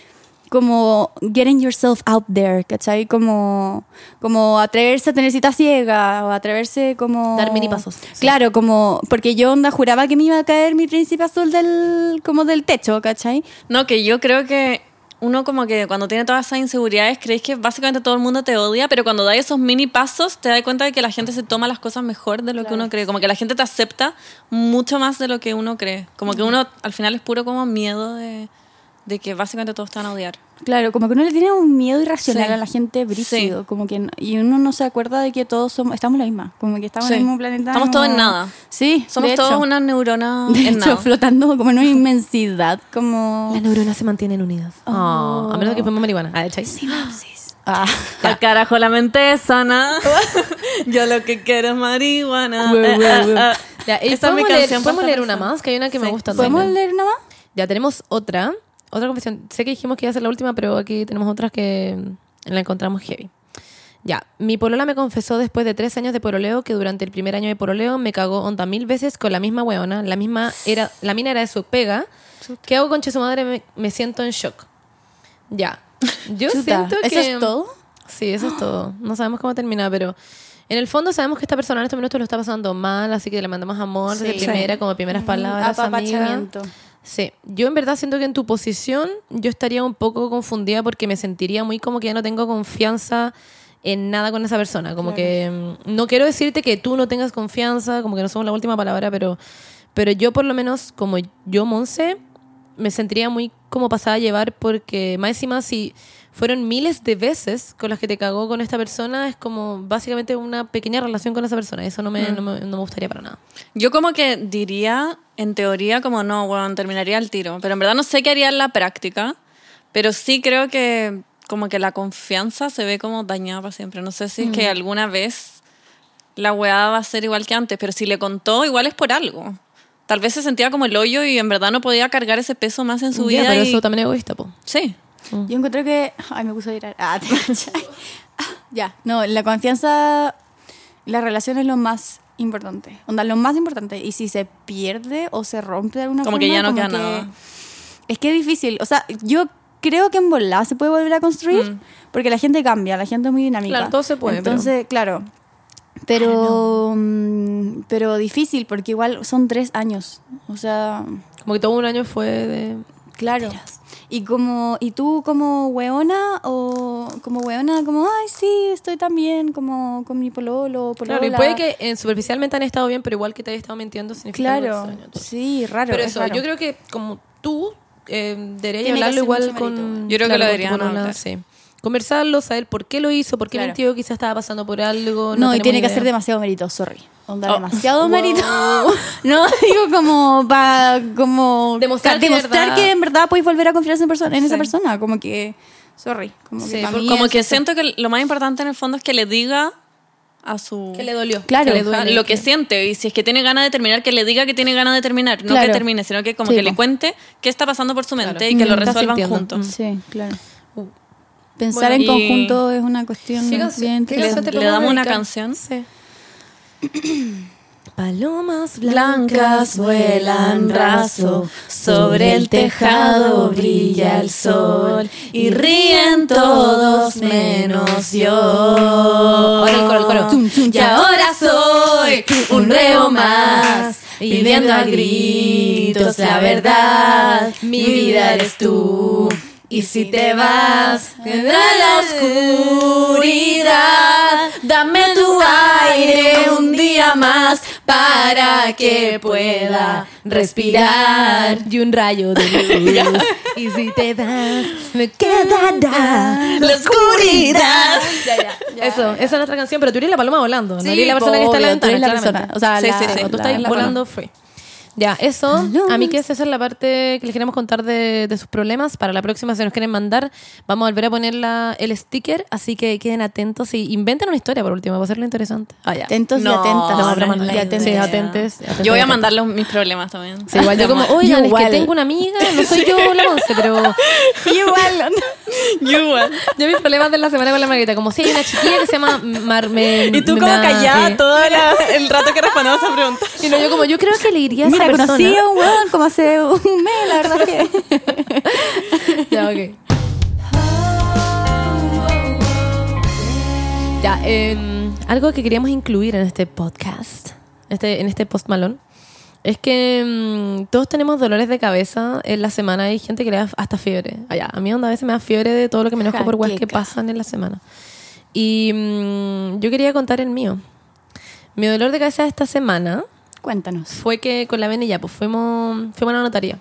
S1: como getting yourself out there, ¿cachai? Como, como atreverse a tener cita ciega o atreverse como...
S2: Dar mini pasos, sí.
S1: Claro, como, porque yo onda juraba que me iba a caer mi príncipe azul del, como del techo, ¿cachai?
S3: No, que yo creo que uno como que cuando tiene todas esas inseguridades crees que básicamente todo el mundo te odia, pero cuando das esos mini pasos te das cuenta de que la gente se toma las cosas mejor de lo que uno cree, como que la gente te acepta mucho más de lo que uno cree, como que uno al final es puro como miedo de, de que básicamente todos te van a odiar.
S1: Claro, como que uno le tiene un miedo irracional
S3: Sí.
S1: a la gente brígido, como que no- y uno no se acuerda de que todos somos estamos la misma, como que estamos
S3: Sí.
S1: en el mismo planeta.
S3: Estamos
S1: no-
S3: todos en nada.
S1: Sí,
S3: Somos
S1: de
S3: todos
S1: hecho.
S3: unas neuronas
S1: de
S3: en
S1: hecho,
S3: nada.
S1: flotando como en una inmensidad, como
S2: Las neuronas se mantienen unidas. Ah, a
S3: Oh.
S2: menos que fumemos marihuana. Ah, ¿cachai?
S1: sinapsis. Ah.
S3: Al carajo la mente es sana. Yo lo que quiero es marihuana.
S2: Wow,
S3: Eh, eh,
S2: wow, wow.
S3: eh.
S2: Ya, eh,
S3: Esa es mi
S2: ¿podemos leer-
S3: canción
S2: ¿Podemos
S3: para
S2: leer
S3: esta
S2: una
S3: persona.
S2: más? Que hay una que me
S3: Sí.
S2: gusta.
S1: ¿Podemos
S2: también.
S1: leer nada más?
S2: Ya tenemos otra. Otra confesión. Sé que dijimos que iba a ser la última, pero aquí tenemos otras que mm, la encontramos heavy. Ya, mi polola me confesó después de tres años de poroleo que durante el primer año de poroleo me cagó onda mil veces con la misma weona. La misma era, la mina era de su pega. ¿Qué hago con su madre? Me, me siento en shock. Ya. Yo
S1: Chuta,
S2: siento que.
S1: ¿eso es todo?
S2: Sí, eso es todo. No sabemos cómo termina, pero en el fondo sabemos que esta persona en estos minutos lo está pasando mal, así que le mandamos amor desde
S1: Sí.
S2: primera, como primeras palabras. amiga.
S1: Apapachamiento.
S2: Sí, yo en verdad siento que en tu posición yo estaría un poco confundida porque me sentiría muy como que ya no tengo confianza en nada con esa persona. Como que mm, no quiero decirte que tú no tengas confianza, como que no somos la última palabra, pero, pero yo por lo menos como yo, Monse, me sentiría muy como pasada a llevar porque más encima si fueron miles de veces con las que te cagó con esta persona, es como básicamente una pequeña relación con esa persona. Eso no me, no me, no me gustaría para nada.
S3: Yo como que diría, en teoría, como no, bueno, terminaría el tiro. Pero en verdad no sé qué haría en la práctica. Pero sí creo que como que la confianza se ve como dañada para siempre. No sé si es que alguna vez la weá va a ser igual que antes. Pero si le contó, igual es por algo. Tal vez se sentía como el hoyo y en verdad no podía cargar ese peso más en su
S2: Ya,
S3: vida.
S2: pero
S3: y-
S2: eso también es egoísta, po.
S3: Sí.
S2: Mm.
S1: Yo encuentro que. Ay, me puso a llorar. Ah, te cachai. Ah, Ya, no, la confianza. La relación es lo más importante. Onda, lo más importante. Y si se pierde o se rompe de alguna
S3: Como
S1: forma.
S3: que ya no queda nada.
S1: Es que es difícil. O sea, yo creo que en volada se puede volver a construir porque la gente cambia, la gente es muy dinámica.
S2: Mm. Claro, todo se puede, pero- Ah,
S1: Entonces, claro. Pero, mm, pero difícil porque igual son tres años. O sea,
S2: Como que todo un año fue de...
S1: Claro. Y como y tú como weona o como weona como ay sí, estoy tan bien como con mi pololo, polola.
S2: Claro, y puede que eh, superficialmente han estado bien, pero igual que te haya estado mintiendo significa algo
S1: Claro.
S2: extraño, entonces.
S1: Sí, raro.
S2: Pero
S1: es
S2: eso,
S1: raro.
S2: yo creo que como tú eh, deberías
S1: Tiene que
S2: hablarlo
S1: hacer
S2: igual
S1: mucho mérito.
S2: con...
S3: Yo creo que lo
S2: claro, con tu
S3: deberían
S2: polola,
S3: hablar.
S2: sí. Conversarlo, saber por qué lo hizo, por qué
S1: Claro.
S2: mintió, quizás estaba pasando por
S1: no, y
S2: algo. tenemos
S1: tiene
S2: idea.
S1: que ser demasiado mérito, sorry. Onda,
S3: Oh.
S1: demasiado
S2: Wow.
S1: mérito. No, digo como para como
S2: Demostrar
S1: ca-
S2: que
S1: demostrar
S2: verdad-
S1: que en verdad podéis volver a confiar en, persona, en esa
S2: Sí.
S1: persona, como que sorry, como
S2: Sí,
S1: que pa'
S2: por-
S1: mí
S3: Como
S1: es
S3: que
S1: eso.
S3: siento que lo más importante en el fondo es que le diga a su...
S2: Que le dolió.
S1: Claro.
S2: que le
S3: Ah,
S2: duele,
S3: lo que siente y si es que tiene ganas de terminar que le diga que tiene ganas de terminar no
S1: Claro.
S3: que termine sino que como
S1: Sí,
S3: que le
S1: po.
S3: cuente qué está pasando por su mente y que
S2: Mm,
S3: lo
S2: está
S3: resuelvan
S2: sintiendo.
S3: juntos
S1: Sí, claro.
S2: Uh.
S1: Pensar
S3: Bueno,
S1: en
S3: y-
S1: conjunto es una cuestión
S2: ¿Qué
S1: bien
S2: canción- qué
S1: interesante.
S2: canción te
S3: le
S2: podemos
S3: damos una
S2: dedicar?
S3: canción.
S2: Sí. Palomas
S3: Blancas vuelan raso, sobre el tejado brilla el sol y ríen todos menos yo.
S2: Ahora el coro, el coro.
S1: Tum, tum,
S3: Y ahora soy un reo más, pidiendo a gritos la verdad. Mi vida eres tú. Y si te vas, vendrá la oscuridad. Dame tu aire un día más para que pueda respirar.
S2: y un rayo de luz. y si te das, me quedará la oscuridad. Eso, esa es nuestra canción, pero tú eres la paloma volando. no
S1: Sí,
S2: eres la
S1: po,
S2: persona que está en la
S1: obvio, tú
S2: ventana.
S1: eres la
S2: claramente.
S1: persona, o sea,
S2: sí,
S1: la-
S2: sí, sí.
S1: la-
S2: Tú estás
S1: la
S2: volando free. Ya, eso.
S1: Palomas.
S2: A mí que esa es la parte que les queremos contar de, de sus problemas. Para la próxima, si nos quieren mandar, vamos a volver a poner la- el sticker. Así que queden atentos y inventen una historia por último, va a serlo interesante. Ah, ya.
S1: Atentos
S3: No,
S1: y atentas.
S3: no,
S2: pero
S1: y
S2: mandar-
S1: atentas.
S2: Sí, atentes. atentes,
S3: Yo voy a
S2: atentes.
S3: mandarle mis problemas también.
S2: Sí, igual yo como, oigan, es que
S1: Igual.
S2: tengo una amiga, no soy yo la once, pero
S1: Igual.
S2: yo mis problemas de la semana con la Margarita, como si hay una chiquilla que se llama Marmen.
S3: Y tú como
S2: Mena-
S3: callada
S2: eh,
S3: todo el rato que respondemos esa pregunta.
S2: Y no, yo como, yo creo que le iría a esa
S1: Mira,
S2: persona.
S1: conocí a un weón como hace un mes, la verdad que.
S2: Ya, ok. Ya, em, algo que queríamos incluir en este podcast, este, en este post malón, es que em, todos tenemos dolores de cabeza en la semana. Hay gente que le da hasta fiebre. Allá, a mí onda a veces me da fiebre de todo lo que me enojo por weas que
S1: Jaqueca.
S2: pasan en la semana. Y em, yo quería contar el mío. Mi dolor de cabeza de esta semana
S1: Cuéntanos.
S2: fue que con la venilla, pues fuimos, fuimos a la notaría.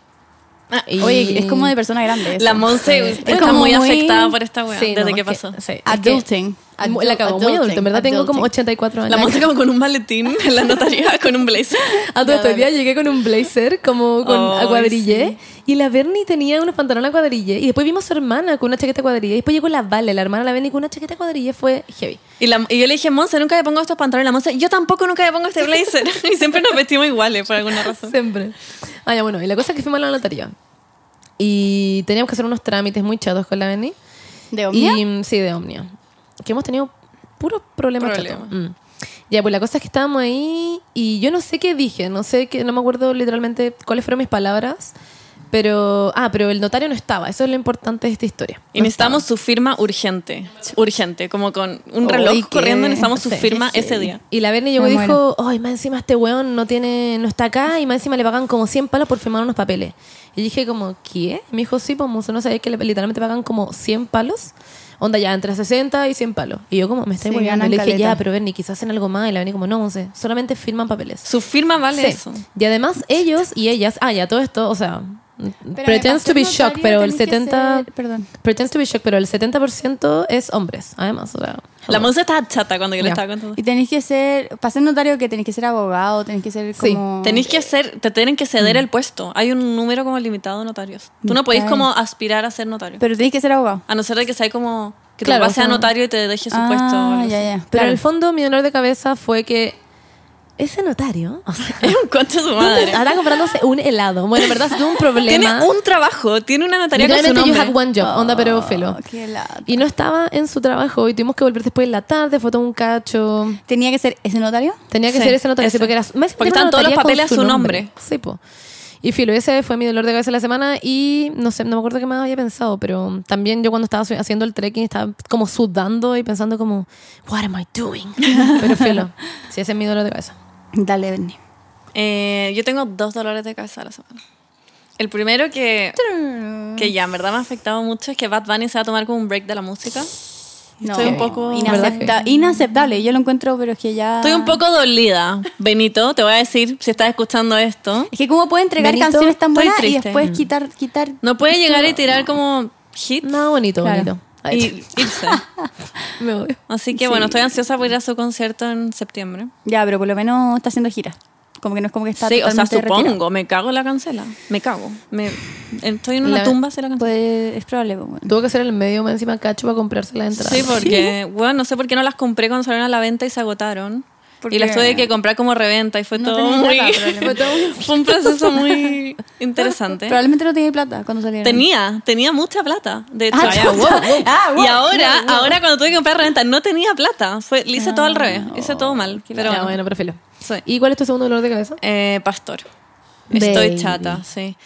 S3: Ah,
S2: Y-
S1: Oye, es como de persona grande. eso.
S3: La Monse
S1: Es
S3: está
S1: como
S3: muy,
S1: muy-
S3: afectada por esta weá.
S2: Sí, no,
S3: desde
S2: es
S3: que pasó.
S2: sí, es que-
S1: Adulting.
S2: Mu- la cago, muy adulto. En verdad tengo como 84 años.
S3: La Monse como con un maletín en la notaría con un blazer.
S2: A todo
S1: Ya,
S2: esto, hoy
S1: dale.
S2: día llegué con un blazer como con
S3: Ay,
S2: a cuadrillé y la Bernie tenía unos pantalones a cuadrillé y después vimos a su hermana con una chaqueta a cuadrillé y después llegó la Vale, la hermana de la Bernie con una chaqueta a cuadrillé fue heavy.
S3: Y, la- y yo le dije, Monse, nunca le pongo estos pantalones. La Monse, yo tampoco nunca le pongo este blazer. y siempre nos vestimos iguales por alguna razón.
S2: Siempre. Ah, ya, bueno, y la cosa es que fuimos a la notaría y teníamos que hacer unos trámites muy chatos con la Bernie.
S1: ¿De
S2: Y, mm, sí, de Omnia. Que hemos tenido puros problemas.
S3: Problema.
S2: chatos. Mm. Ya, pues la cosa es que estábamos ahí y yo no sé qué dije, no sé qué, no me acuerdo literalmente cuáles fueron mis palabras, pero... Ah, pero el notario no estaba, eso es lo importante de esta historia.
S3: Y necesitamos su firma urgente. Urgente, como con un
S1: Ay,
S3: reloj
S1: qué-
S3: corriendo, necesitamos su
S2: sí,
S3: firma
S1: sí.
S3: ese día.
S2: Y la Bernie llegó y
S1: Me
S2: dijo, ay, más encima este weón no tiene, no está acá y más encima le pagan como 100 palos por firmar unos papeles. Y dije como, ¿qué? Y me dijo, sí, pues Monse, no sabía que le- literalmente pagan como 100 palos. Onda ya, entre 60 y 100 palos. Y yo como, me estoy
S1: Sí,
S2: moviendo.
S1: ganan
S2: Le dije,
S1: caleta.
S2: ya, pero Bernie, quizás hacen algo más. Y la Bernie como, no, Monse, solamente firman papeles.
S3: Su firma vale
S2: Sí.
S3: eso.
S2: Y además ellos y ellas, ah, ya, todo esto, o sea,
S1: Pero
S2: pretends
S1: además
S2: to
S1: que
S2: be
S1: el notario
S2: shocked, pero el
S1: tenés que
S2: 70...
S1: ser- perdón.
S2: Pretends to be shocked, pero el 70% es hombres, además. O sea,
S3: La Monse estaba chata cuando yo le
S2: Ya.
S3: estaba contando.
S1: Y tenéis que ser. Para ser notario, que tenéis que ser abogado, tenéis que ser
S2: Sí.
S1: como.
S3: Tenéis que hacer, te tienen que ceder
S2: Mm.
S3: el puesto. Hay un número como limitado de notarios. Tú no podéis
S1: Ok.
S3: como aspirar a ser notario.
S1: Pero tenéis que ser abogado.
S3: A no ser de que sea como que
S2: Claro,
S3: te pase
S2: o sea-
S3: a notario y te deje su puesto. o
S1: Ah,
S3: algo
S1: ya,
S3: así.
S1: ya.
S2: Pero en el fondo mi dolor de cabeza fue que ese notario o sea,
S3: Es un concha de su
S2: ¿dónde
S3: madre.
S2: estará comprándose un helado. Bueno, en verdad tuvo un problema.
S3: Tiene un trabajo, tiene una notaría con su
S2: Literalmente you
S3: nombre.
S2: have one job, onda pero filo.
S1: Oh, qué lata.
S2: Y no estaba en su trabajo y tuvimos que volver después en la tarde, fue todo un cacho.
S1: ¿Tenía que ser ese notario?
S2: Tenía que
S3: Sí,
S2: ser ese notario, sí,
S3: ese.
S2: porque era más
S3: Porque
S2: era una
S3: estaban todos los
S2: notaría con
S3: papeles a su nombre.
S2: Sí, po. Y filo, ese fue mi dolor de cabeza de la semana y no sé, no me acuerdo qué más había pensado, pero también yo cuando estaba su- haciendo el trekking estaba como sudando y pensando como, what am I doing? Pero filo, sí, ese es mi dolor de cabeza.
S1: Dale, Bernie.
S3: Eh, yo tengo dos dolores de cabeza a la semana. El primero que, que ya en verdad me ha afectado mucho es que Bad Bunny se va a tomar como un break de la música.
S2: Ah.
S1: No,
S3: Estoy un poco-
S1: inacepta- inaceptable. Yo lo encuentro, pero es que ya.
S3: Estoy un poco dolida, Benito, te voy a decir si estás escuchando esto.
S1: Es que, ¿cómo puede entregar
S2: Benito,
S1: canciones tan
S3: estoy
S1: buenas y
S3: triste.
S1: después quitar. quitar
S3: No puede llegar y tirar como hits
S2: No, bonito,
S1: Claro.
S2: bonito. Ay,
S3: y irse.
S2: me odio.
S3: Así que bueno, estoy ansiosa por ir a su concierto en septiembre.
S1: Ya, pero por lo menos está haciendo giras. Como que no es como que está.
S3: sí, o sea,
S1: totalmente
S3: supongo,
S1: retirado.
S3: me cago en la cancela. Me cago. Me, estoy en una
S2: La-
S3: tumba si la cancela.
S1: Pues es probable. pues, bueno.
S2: Tuvo que hacer el medio más encima cacho para comprarse la entrada.
S3: Sí, porque, bueno, no sé por qué no las compré cuando salieron a la venta y se agotaron.
S1: Porque-
S3: Y las tuve que comprar como reventa y fue
S1: No
S3: todo
S1: tenía
S3: muy...
S1: plata, probablemente.
S3: fue todo muy- fue un proceso muy interesante.
S1: Probablemente no tenía plata cuando salieron.
S3: Tenía, tenía mucha plata. De hecho,
S1: Ah,
S3: Ay,
S1: chuta.
S3: wow, wow.
S1: Ah, wow. Ah,
S3: y ahora, ahora cuando tuve que comprar reventa, no tenía plata. Fue, le hice todo al revés, hice todo mal. Pero
S2: Pero
S3: bueno.
S2: bueno, pero filo.
S3: Sí.
S2: ¿Y cuál es tu segundo dolor de cabeza?
S3: Eh, pastor.
S2: Baby.
S3: Estoy chata, sí.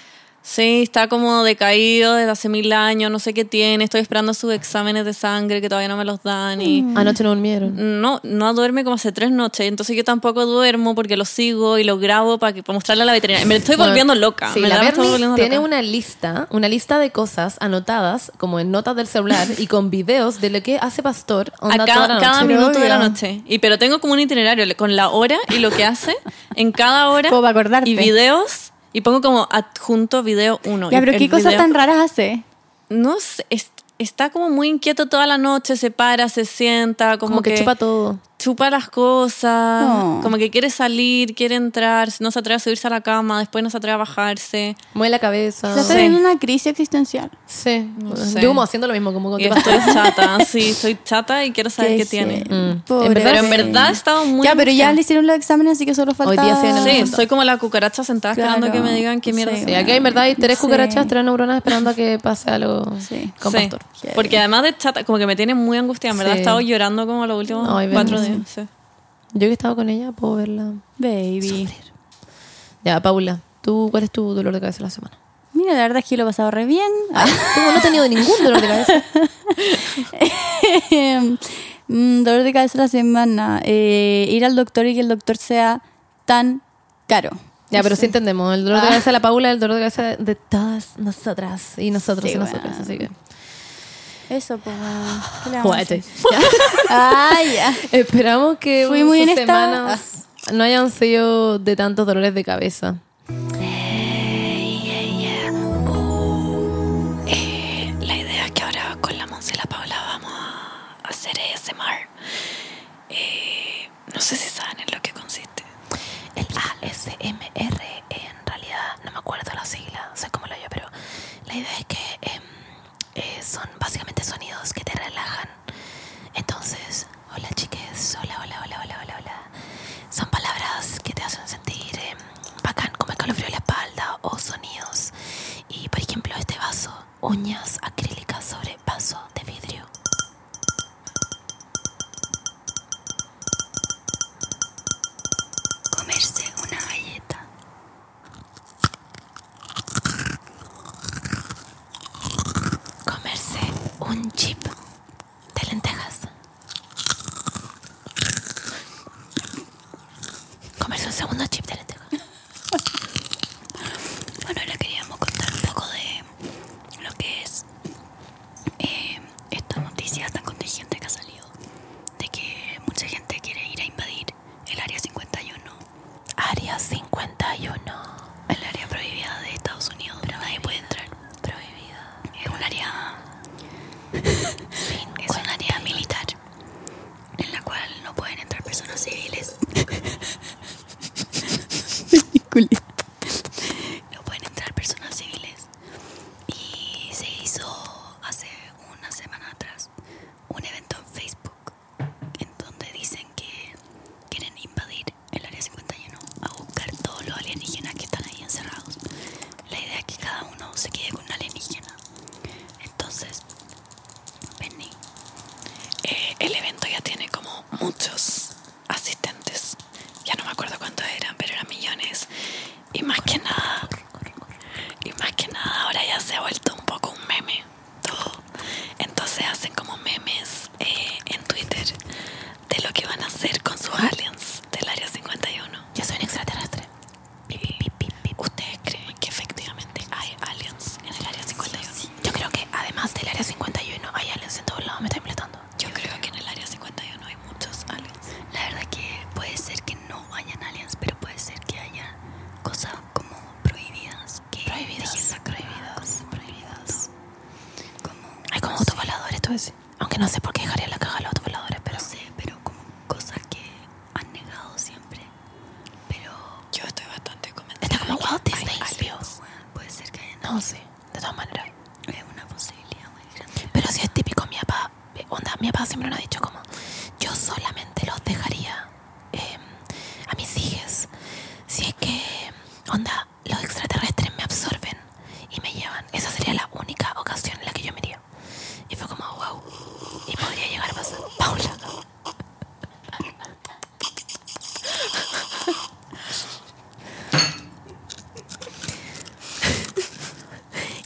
S3: Sí, está como decaído desde hace mil años, no sé qué tiene. Estoy esperando sus exámenes de sangre que todavía no me los dan y
S2: Anoche no durmieron.
S3: no, no duerme como hace tres noches, entonces yo tampoco duermo porque lo sigo y lo grabo para, que, para mostrarle a la veterinaria. Me estoy
S2: Bueno,
S3: volviendo loca.
S2: Sí,
S3: me
S2: la
S3: me estoy
S2: Bernie
S3: volviendo
S2: tiene
S3: loca.
S2: una lista, una lista de cosas anotadas como en notas del celular y con videos de lo que hace Pastor onda
S3: A
S2: toda
S3: cada,
S2: la
S3: cada
S2: noche.
S3: minuto de la
S1: Obvio.
S3: noche. Y pero tengo como un itinerario le- con la hora y lo que hace en cada hora
S1: Como para acordarte.
S3: y videos y pongo como adjunto video uno.
S1: Ya,
S3: Y
S1: pero
S3: el
S1: ¿qué cosas
S3: video-
S1: tan raras hace?
S3: no sé, es- está como muy inquieto toda la noche, se para, se sienta, como,
S2: como que chupa todo.
S3: chupa las cosas,
S1: No.
S3: como que quiere salir, quiere entrar, no se atreve a subirse a la cama, después no se atreve a bajarse.
S2: Mueve la
S1: Se
S2: cabeza.
S1: está
S3: Sí.
S1: en una crisis existencial.
S2: Sí.
S3: sé.
S2: Yo como haciendo lo mismo como con
S3: Y
S2: tu Pastor.
S3: estoy chata, sí, soy chata y quiero saber qué,
S1: sé.
S3: tiene.
S2: Mm.
S1: Pobre
S2: En verdad-
S3: Pero en
S1: Belén.
S3: verdad estaba muy...
S1: Ya, pero ya
S3: angustiada.
S1: le hicieron los exámenes, así que solo falta.
S2: Hoy día se ven el
S3: Sí,
S2: resultado.
S3: soy como la cucaracha sentada
S1: Claro.
S3: esperando que me digan qué mierda
S1: Sí.
S3: soy.
S2: Sí, aquí hay en verdad hay tres
S1: Sí.
S2: cucarachas, tres neuronas esperando a que pase algo
S1: Sí.
S2: con
S3: Sí,
S2: Pastor.
S3: Porque además de chata, como que me tiene muy angustiada, en verdad
S2: Sí.
S3: he estado llorando como los últimos
S2: Ay,
S3: cuatro
S2: Belén,
S3: días. sí.
S2: Yo que he estado con ella puedo verla.
S1: Baby.
S2: Ya, Paula, ¿tú cuál es tu dolor de cabeza de la semana?
S1: Mira, la verdad es que lo he pasado re bien.
S3: Ah.
S2: Tú no has tenido ningún dolor de cabeza.
S1: Mm, dolor de cabeza la semana. Eh, ir al doctor y que el doctor sea tan caro.
S2: Ya, pero sí entendemos. El dolor de cabeza de la Paula, el dolor de cabeza de- de todas nosotras. Y nosotros
S1: Sí,
S2: y nosotras.
S1: bueno.
S2: Así que.
S1: Eso, pues. ¿qué le vamos a
S2: Jódete.
S1: hacer? Ah, ya.
S2: Esperamos que
S1: Fui muy
S2: sus
S1: honesta.
S2: semanas no hayan sido de tantos dolores de cabeza.
S3: La idea es que ahora con la Monse y la Paula vamos a hacer ASMR. Eh, no sé si saben en lo que consiste.
S2: El ASMR, en realidad, no me acuerdo la sigla, sé cómo lo yo, pero la idea es que em, eh, son básicamente sonidos que te relajan. Entonces, hola chiques, hola, hola, hola, hola, hola, hola. Son palabras que te hacen sentir eh, bacán, como el calofrío en la espalda o sonidos. Y por ejemplo, este vaso, uñas acrílicas sobre vaso de vidrio.
S1: Comerse una galleta.
S2: Comerse un chip de lentejas. Comerse un segundo chip de lentejas.
S4: Bueno, ahora queríamos contar un poco de lo que es eh, esta noticia tan contingente que ha salido, de que mucha gente quiere ir a invadir el Área 51,
S2: Área 51.
S4: el área prohibida de Estados Unidos, donde nadie puede entrar. Prohibida. Es un área... es un área militar, en la cual no pueden entrar personas civiles. no pueden entrar personas civiles. Y se hizo hace una semana atrás un evento en Facebook en donde dicen que quieren invadir el área 51 a buscar todos los alienígenas que están ahí encerrados. La idea es que cada uno se quede con un alienígena. Entonces, Benny,
S3: Eh, el evento ya tiene como muchos asistentes. Ya no me acuerdo cuántos eran, pero eran millones. Y más que nada, eh,
S4: del área 51 hay aliens en todos lados, me está explotando. Yo creo que en el área 51 hay muchos aliens. La verdad que puede ser que no hayan aliens, pero puede ser que haya cosas como prohibidas. Que prohibidas. Prohibidas. Cosas prohibidas. Como, hay como autovoladores, tú decís. Aunque no sé por qué dejaría la caja a los autovoladores, pero. No sé, pero como cosas que han negado siempre. Pero. Yo estoy bastante convencida. Está como Walt Disney. Puede ser que hayan
S5: No, sí, de todas maneras.
S4: es una posibilidad muy grande.
S5: Pero si es típico, mi papá, eh, onda, mi papá siempre nos ha dicho como, yo solamente los dejaría eh, a mis hijos. Si es que, onda, los extraterrestres me absorben y me llevan. Esa sería la única ocasión en la que yo me iría. Y fue como, wow, y podría llegar a pasar. Paula.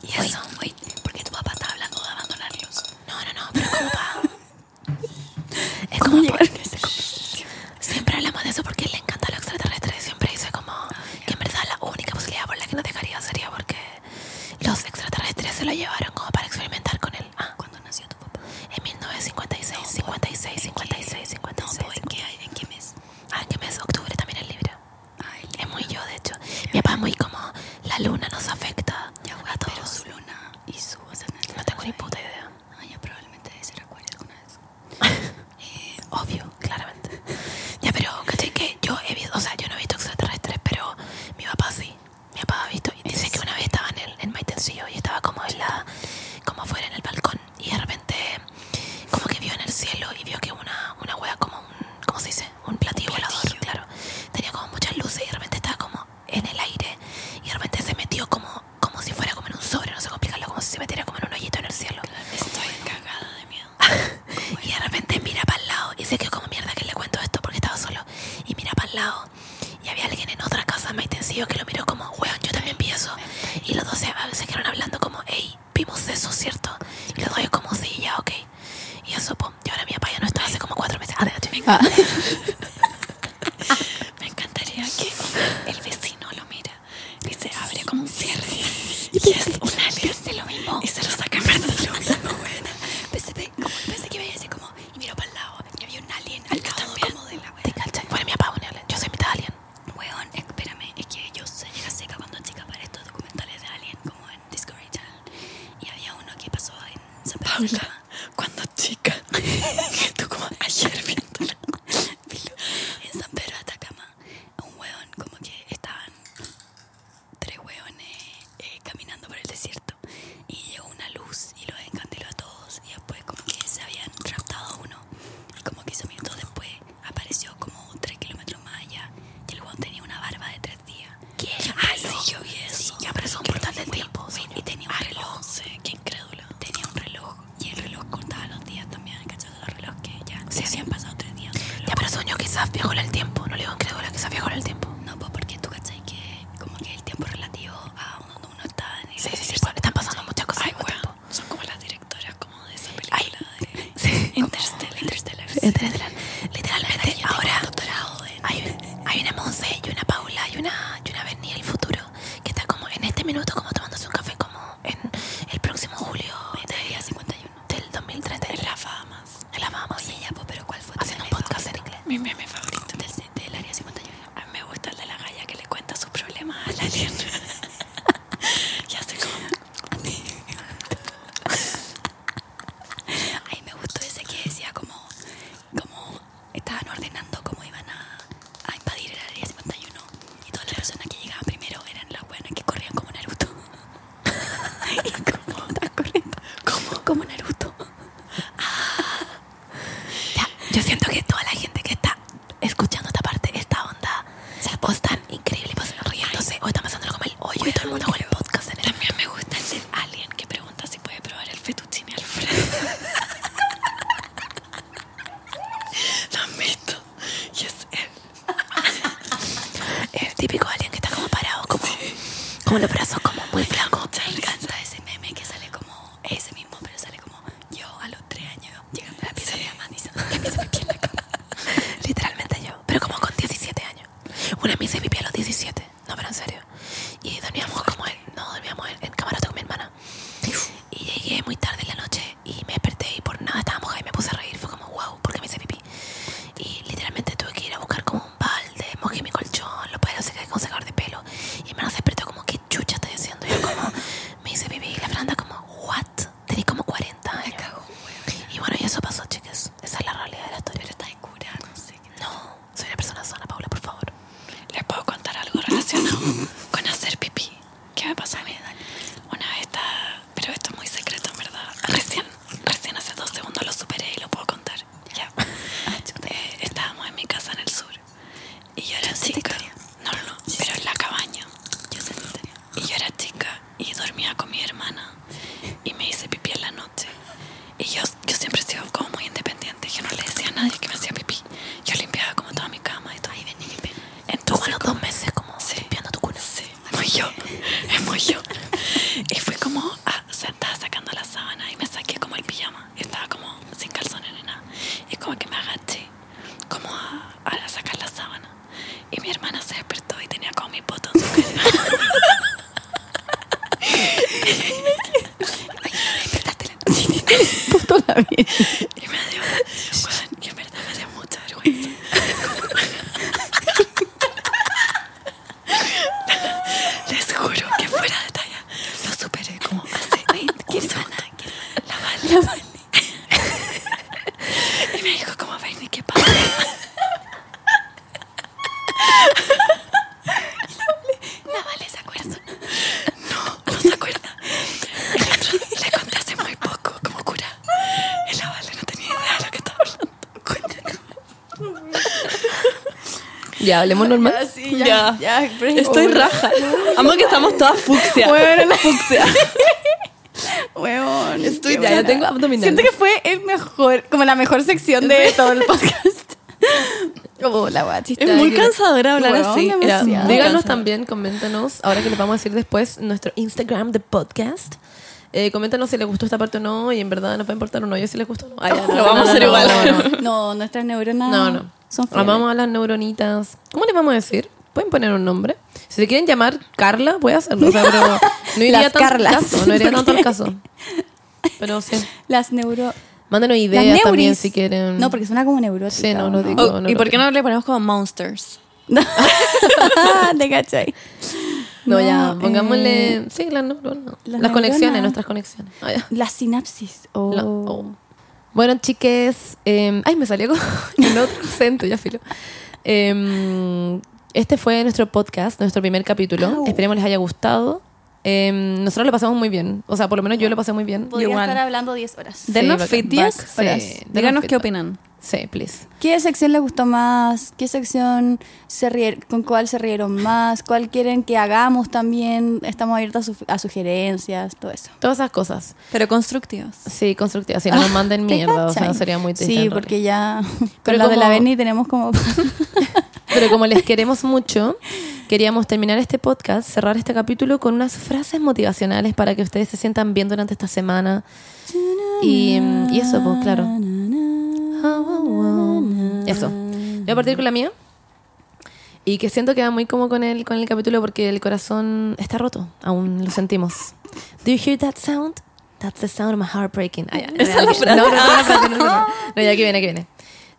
S5: Y eso, muy, porque tu papá estaba hablando de abandonarlos. No, no, no, pero como papá. es como por- Siempre hablamos de eso porque le encanta lo extraterrestre. Siempre dice como que en verdad la única posibilidad por la que nos dejaría sería porque los extraterrestres se lo llevaron como para experimentar con él. Ah,
S4: ¿Cuándo nació tu papá?
S5: en 1956, 56, 56, 56.
S4: ¿En qué, hay- en qué mes?
S5: Ah, ¿en qué mes? Octubre también es libre.
S4: Ay,
S5: Es muy yo, de hecho. Mi papá es muy como la luna nos afecta
S4: ya voy
S5: a
S4: Pero
S5: todos.
S4: su luna y su ascendente.
S5: No tengo ni puta idea.
S4: Ay, ya probablemente debe ser acuario alguna vez.
S5: Obvio, claramente. Ya, pero ¿cachai que yo he visto, o sea, yo no he visto extraterrestres, pero mi papá sí. Mi papá ha visto y dice que una vez estaba en, el, en Maitencillo y estaba como en la, como afuera en el balcón y de repente como que vio en el cielo y vio que una, una wea como un, ¿cómo se dice? Un platillo, volador, claro. Tenía como muchas luces y de repente estaba como en el aire y de repente se metió como, como si fuera como en un sobre, no sé cómo explicarlo, como si se metiera como en un hoyito en el cielo.
S4: Estoy cagada de miedo.
S5: Y de repente mira para el lado y sé que como mierda que le cuento esto porque estaba solo. Y mira para el lado y había alguien en otra casa más intensivo que lo miró como, weón, yo también vi eso. Y los dos se, ah, se quedaron hablando como, hey, vimos eso, ¿cierto? Y los dos como, sí, ya, ok. Y eso, po. Y ahora mi papá ya no está hace como cuatro meses. Ah, de hecho.
S4: Me encantaría que el vecino lo mira y se abre como un cierre.
S5: Y es un alien. lo mismo.
S4: Y se lo saca en verdad lo mismo, buena. Pensé, pe- como- pensé que iba a decir como, y miro para el lado, y había un alien al lado como de la
S5: ¿Te
S4: wea.
S5: cachai? Bueno, mi papá es un alien. Yo soy mitad alien.
S4: Weón, espérame, es que yo soy llega seca cuando chica para estos documentales de alien como en Discovery Channel. Y había uno que pasó en San Pedro. Paula, cuando chica. Tú como ayer viéndola. Filo. en San Pedro de Atacama, un weón como que estaban tres hueones eh, caminando por el desierto y llegó una luz y los encandiló a todos y después como que se habían raptado a uno y como 15 minutos después apareció como 3 kilómetros más allá y el hueón tenía una barba de 3 días ¿Qué? Ah, sí, yo vi eso ya, pero son portal del tiempo y tenía un reloj ah, qué incrédula tenía un reloj y el reloj cortaba los días también ¿cachai? los reloj que ya se habían pasado 3 días su reloj.
S5: Ya, pero sueño quizás viajó en el tiempo. No le digo incrédula, quizás viajó en el tiempo.
S4: No, pues porque tú cachai que como que el tiempo relativo a donde uno está en el
S5: Sí, sí, sí. pues, están pasando muchas cosas al mismo tiempo.
S4: Son como las directoras como de esa película
S5: Ay,
S4: de
S5: sí.
S4: Interstellar. Interstellar. sí.
S5: Literal- Literalmente ahora hay, hay una Monse y una Paula y una, y una Berni del futuro que está como en este minuto como tomándose un café como en el próximo julio del, 51. del 2030 en las Bahamas. En las Bahamas.
S4: Oye, ya, pues, pero ¿cuál fue tu
S5: haciendo un
S4: meme
S5: podcast
S4: favorito?
S5: en inglés.
S4: Mi meme favorito del, ce- del área 51. A mí me gusta el de la galla que le cuenta sus problemas al alien. ya sé cómo. Ay, me gustó ese que decía como, como estaban ordenando cómo iban a, a invadir el área 51. Y todas las personas que llegaban primero eran las buenas que corrían como Naruto. y como, estaban corriendo. Como, como Naruto. Ah.
S5: Ya, yo siento que toda la gente que está escuchando esta parte, esta onda, o están increíble, pues riéndose, o están pasándolo como el hoyo y todo el mundo con el podcast en el
S4: También me gusta el del alien que pregunta si puede probar el fettuccine Alfredo. ¿Lo han visto? Y es él.
S5: el típico alien que está como parado, como, como los brazos como muy flacos.
S4: Me encanta ese meme que sale como ese mismo, pero sale como yo a los tres años llegando a la pieza de mi mamá diciendo que me hice pipí en la cama.
S5: Literalmente yo, pero como con 17 años. Una vez me hice pipí a los 17, no, pero en serio. Y dormíamos como en, no, dormíamos en, en camarote con mi hermana. Y llegué muy tarde en la noche
S4: Eh, ah,
S1: Puto Gabriel.
S4: Y me dio, weón, que en verdad me dio mucha vergüenza. Les juro que fuera de talla, lo superé como hace un segundo. La Vale. y me dijo como, Bernie, ¿qué pasa? La Vale se acuerda. No, no se acuerda. El otro le conté hace muy poco, como cura. Y la Vale no tenía idea de lo que estaba hablando.
S2: Ya, hablemos normal.
S1: Sí,
S3: Ah.
S1: ya, ya, break.
S3: Estoy
S1: Oh,
S3: raja. Amo que estamos todas fucsia.
S1: Bueno, la-
S3: fucsia.
S1: Huevón.
S2: Estoy
S1: qué
S2: ya, ya
S1: buena.
S2: tengo abdominal.
S1: Siento que fue el mejor, como la mejor sección de todo el podcast. Oh, la guachita.
S3: Es muy
S1: que-
S3: cansadora hablar
S1: Huevón,
S3: así.
S2: Ya,
S1: demasiado.
S2: díganos también, coméntanos, ahora que les vamos a decir después, nuestro Instagram de podcast. Eh, coméntanos si les gustó esta parte o no, y en verdad nos va a importar o no. Yo si les gustó o no. Ah, ya, no,
S3: Lo vamos a hacer
S2: no,
S3: igual.
S2: no, no.
S1: No, nuestras neuronas
S2: No, no.
S1: son fieles.
S2: Amamos a las neuronitas. ¿Cómo les vamos a decir? Pueden poner un nombre. Si se quieren llamar Carla, voy a hacerlo. O sea, pero no iría
S1: Las
S2: tanto al
S1: Carlas.
S2: caso. No iría tanto al caso. Pero sí.
S1: Las neuro...
S2: Mándenos
S1: Las
S2: ideas
S1: neuris.
S2: también si quieren.
S1: No, porque suena como neurótica.
S2: Sí, no,
S1: ¿o
S2: no digo.
S3: Oh, ¿Y por
S2: lo
S3: qué
S2: creo.
S3: no le ponemos como monsters?
S1: Te cachai.
S2: No, ya.
S1: No,
S2: Pongámosle.
S1: eh,
S2: sí, las
S1: las
S2: neuronas. Las,
S1: neuronas.
S2: conexiones, nuestras conexiones. Ah, ya.
S1: La sinapsis. Oh.
S2: La- oh. Bueno, chiques. eh, ay, me salió con el otro acento, ya filo. Eh, este fue nuestro podcast, nuestro primer capítulo.
S1: Au.
S2: Esperemos les haya gustado. Eh, nosotros lo pasamos muy bien. O sea, por lo menos yo lo pasé muy bien.
S1: Podría
S3: Igual.
S1: estar hablando 10 horas.
S3: Denos
S2: bacán,
S3: fit 10
S2: back,
S3: horas.
S2: sí, denos
S3: Díganos qué
S2: feedback.
S3: opinan.
S2: Sí, please.
S1: ¿Qué sección les gustó más? ¿Qué sección se rieron, con cuál se rieron más? ¿Cuál quieren que hagamos también? Estamos abiertos a, su- a sugerencias, todo eso.
S2: Todas esas cosas.
S3: Pero constructivas.
S2: Sí, constructivas. Si no nos manden
S1: Ah, ¿Te
S2: mierda, o sea,
S1: cachan?
S2: sería muy triste. en
S1: Sí,
S2: realidad.
S1: porque ya con
S2: Pero
S1: la de
S2: como-
S1: la Beni tenemos como...
S2: Pero como les queremos mucho, queríamos terminar este podcast, cerrar este capítulo con unas frases motivacionales para que ustedes se sientan bien durante esta semana. Y, mm, y eso, pues, claro. Eso. Voy a partir con la mía. Y que siento que va muy como con el, con el capítulo porque el corazón está roto. Aún lo sentimos. Do you hear that sound? That's the sound of my heart breaking. Ah, ya.
S3: Esa es la frase.
S2: No, no, no, no, espérate, no, no, no. No, ya, aquí viene, aquí viene.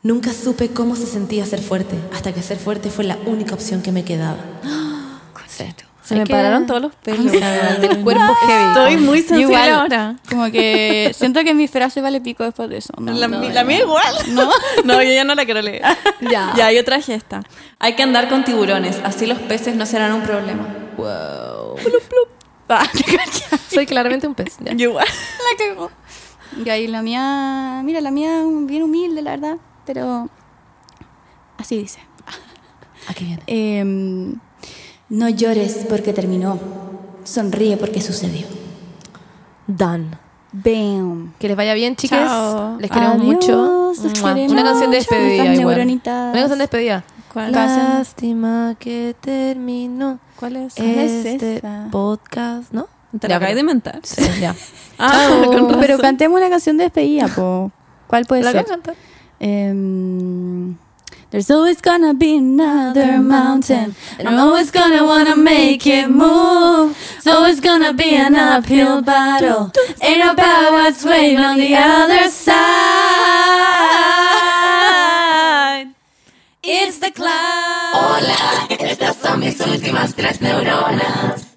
S2: Nunca supe cómo se sentía ser fuerte, hasta que ser fuerte fue la única opción que me quedaba.
S3: Se me pararon todos los pelos.
S1: Ah,
S2: del cuerpo heavy.
S3: Ah, Estoy muy sensible
S1: Igual.
S3: ahora.
S1: Como que siento que mi frase vale pico después de eso. No,
S3: La,
S1: no,
S3: mi-
S1: no.
S3: la mía igual. No. no, yo ya no la quiero leer.
S2: Ya.
S3: Ya, yo traje esta. Hay que andar con tiburones, así los peces no serán un problema.
S2: Wow.
S3: Ah, ¿te cachai?
S2: Soy claramente un pez. ya.
S3: yo igual.
S1: La cagó. Y ahí la mía, mira, la mía bien humilde, la verdad, pero así dice.
S2: Aquí viene.
S1: Em, no llores porque terminó, sonríe porque sucedió.
S2: Dan.
S1: Bam.
S2: Que les vaya bien, chicas.
S1: Chao.
S2: Les queremos
S1: Adiós,
S2: mucho.
S1: los
S2: Mua.
S1: queremos
S2: Una canción de
S1: mucho,
S2: despedida
S1: nuestras
S2: igual.
S1: neuronitas.
S2: Una canción de despedida.
S3: ¿Cuál?
S2: Lástima que terminó
S3: ¿Cuál es?
S1: es
S2: este
S1: esa?
S2: podcast, ¿no?
S3: Te la acabas de inventar.
S2: Sí, ya.
S3: Ah, con razón.
S1: pero cantemos una canción de despedida, po. ¿Cuál puede
S2: La
S1: ser?
S2: canta.
S1: Em, There's always gonna be another mountain. And I'm always gonna wanna make it move. It's always gonna be an uphill battle. Ain't no about what's waiting on the other side. It's the cloud.
S5: Hola, estas son mis últimas tres neuronas.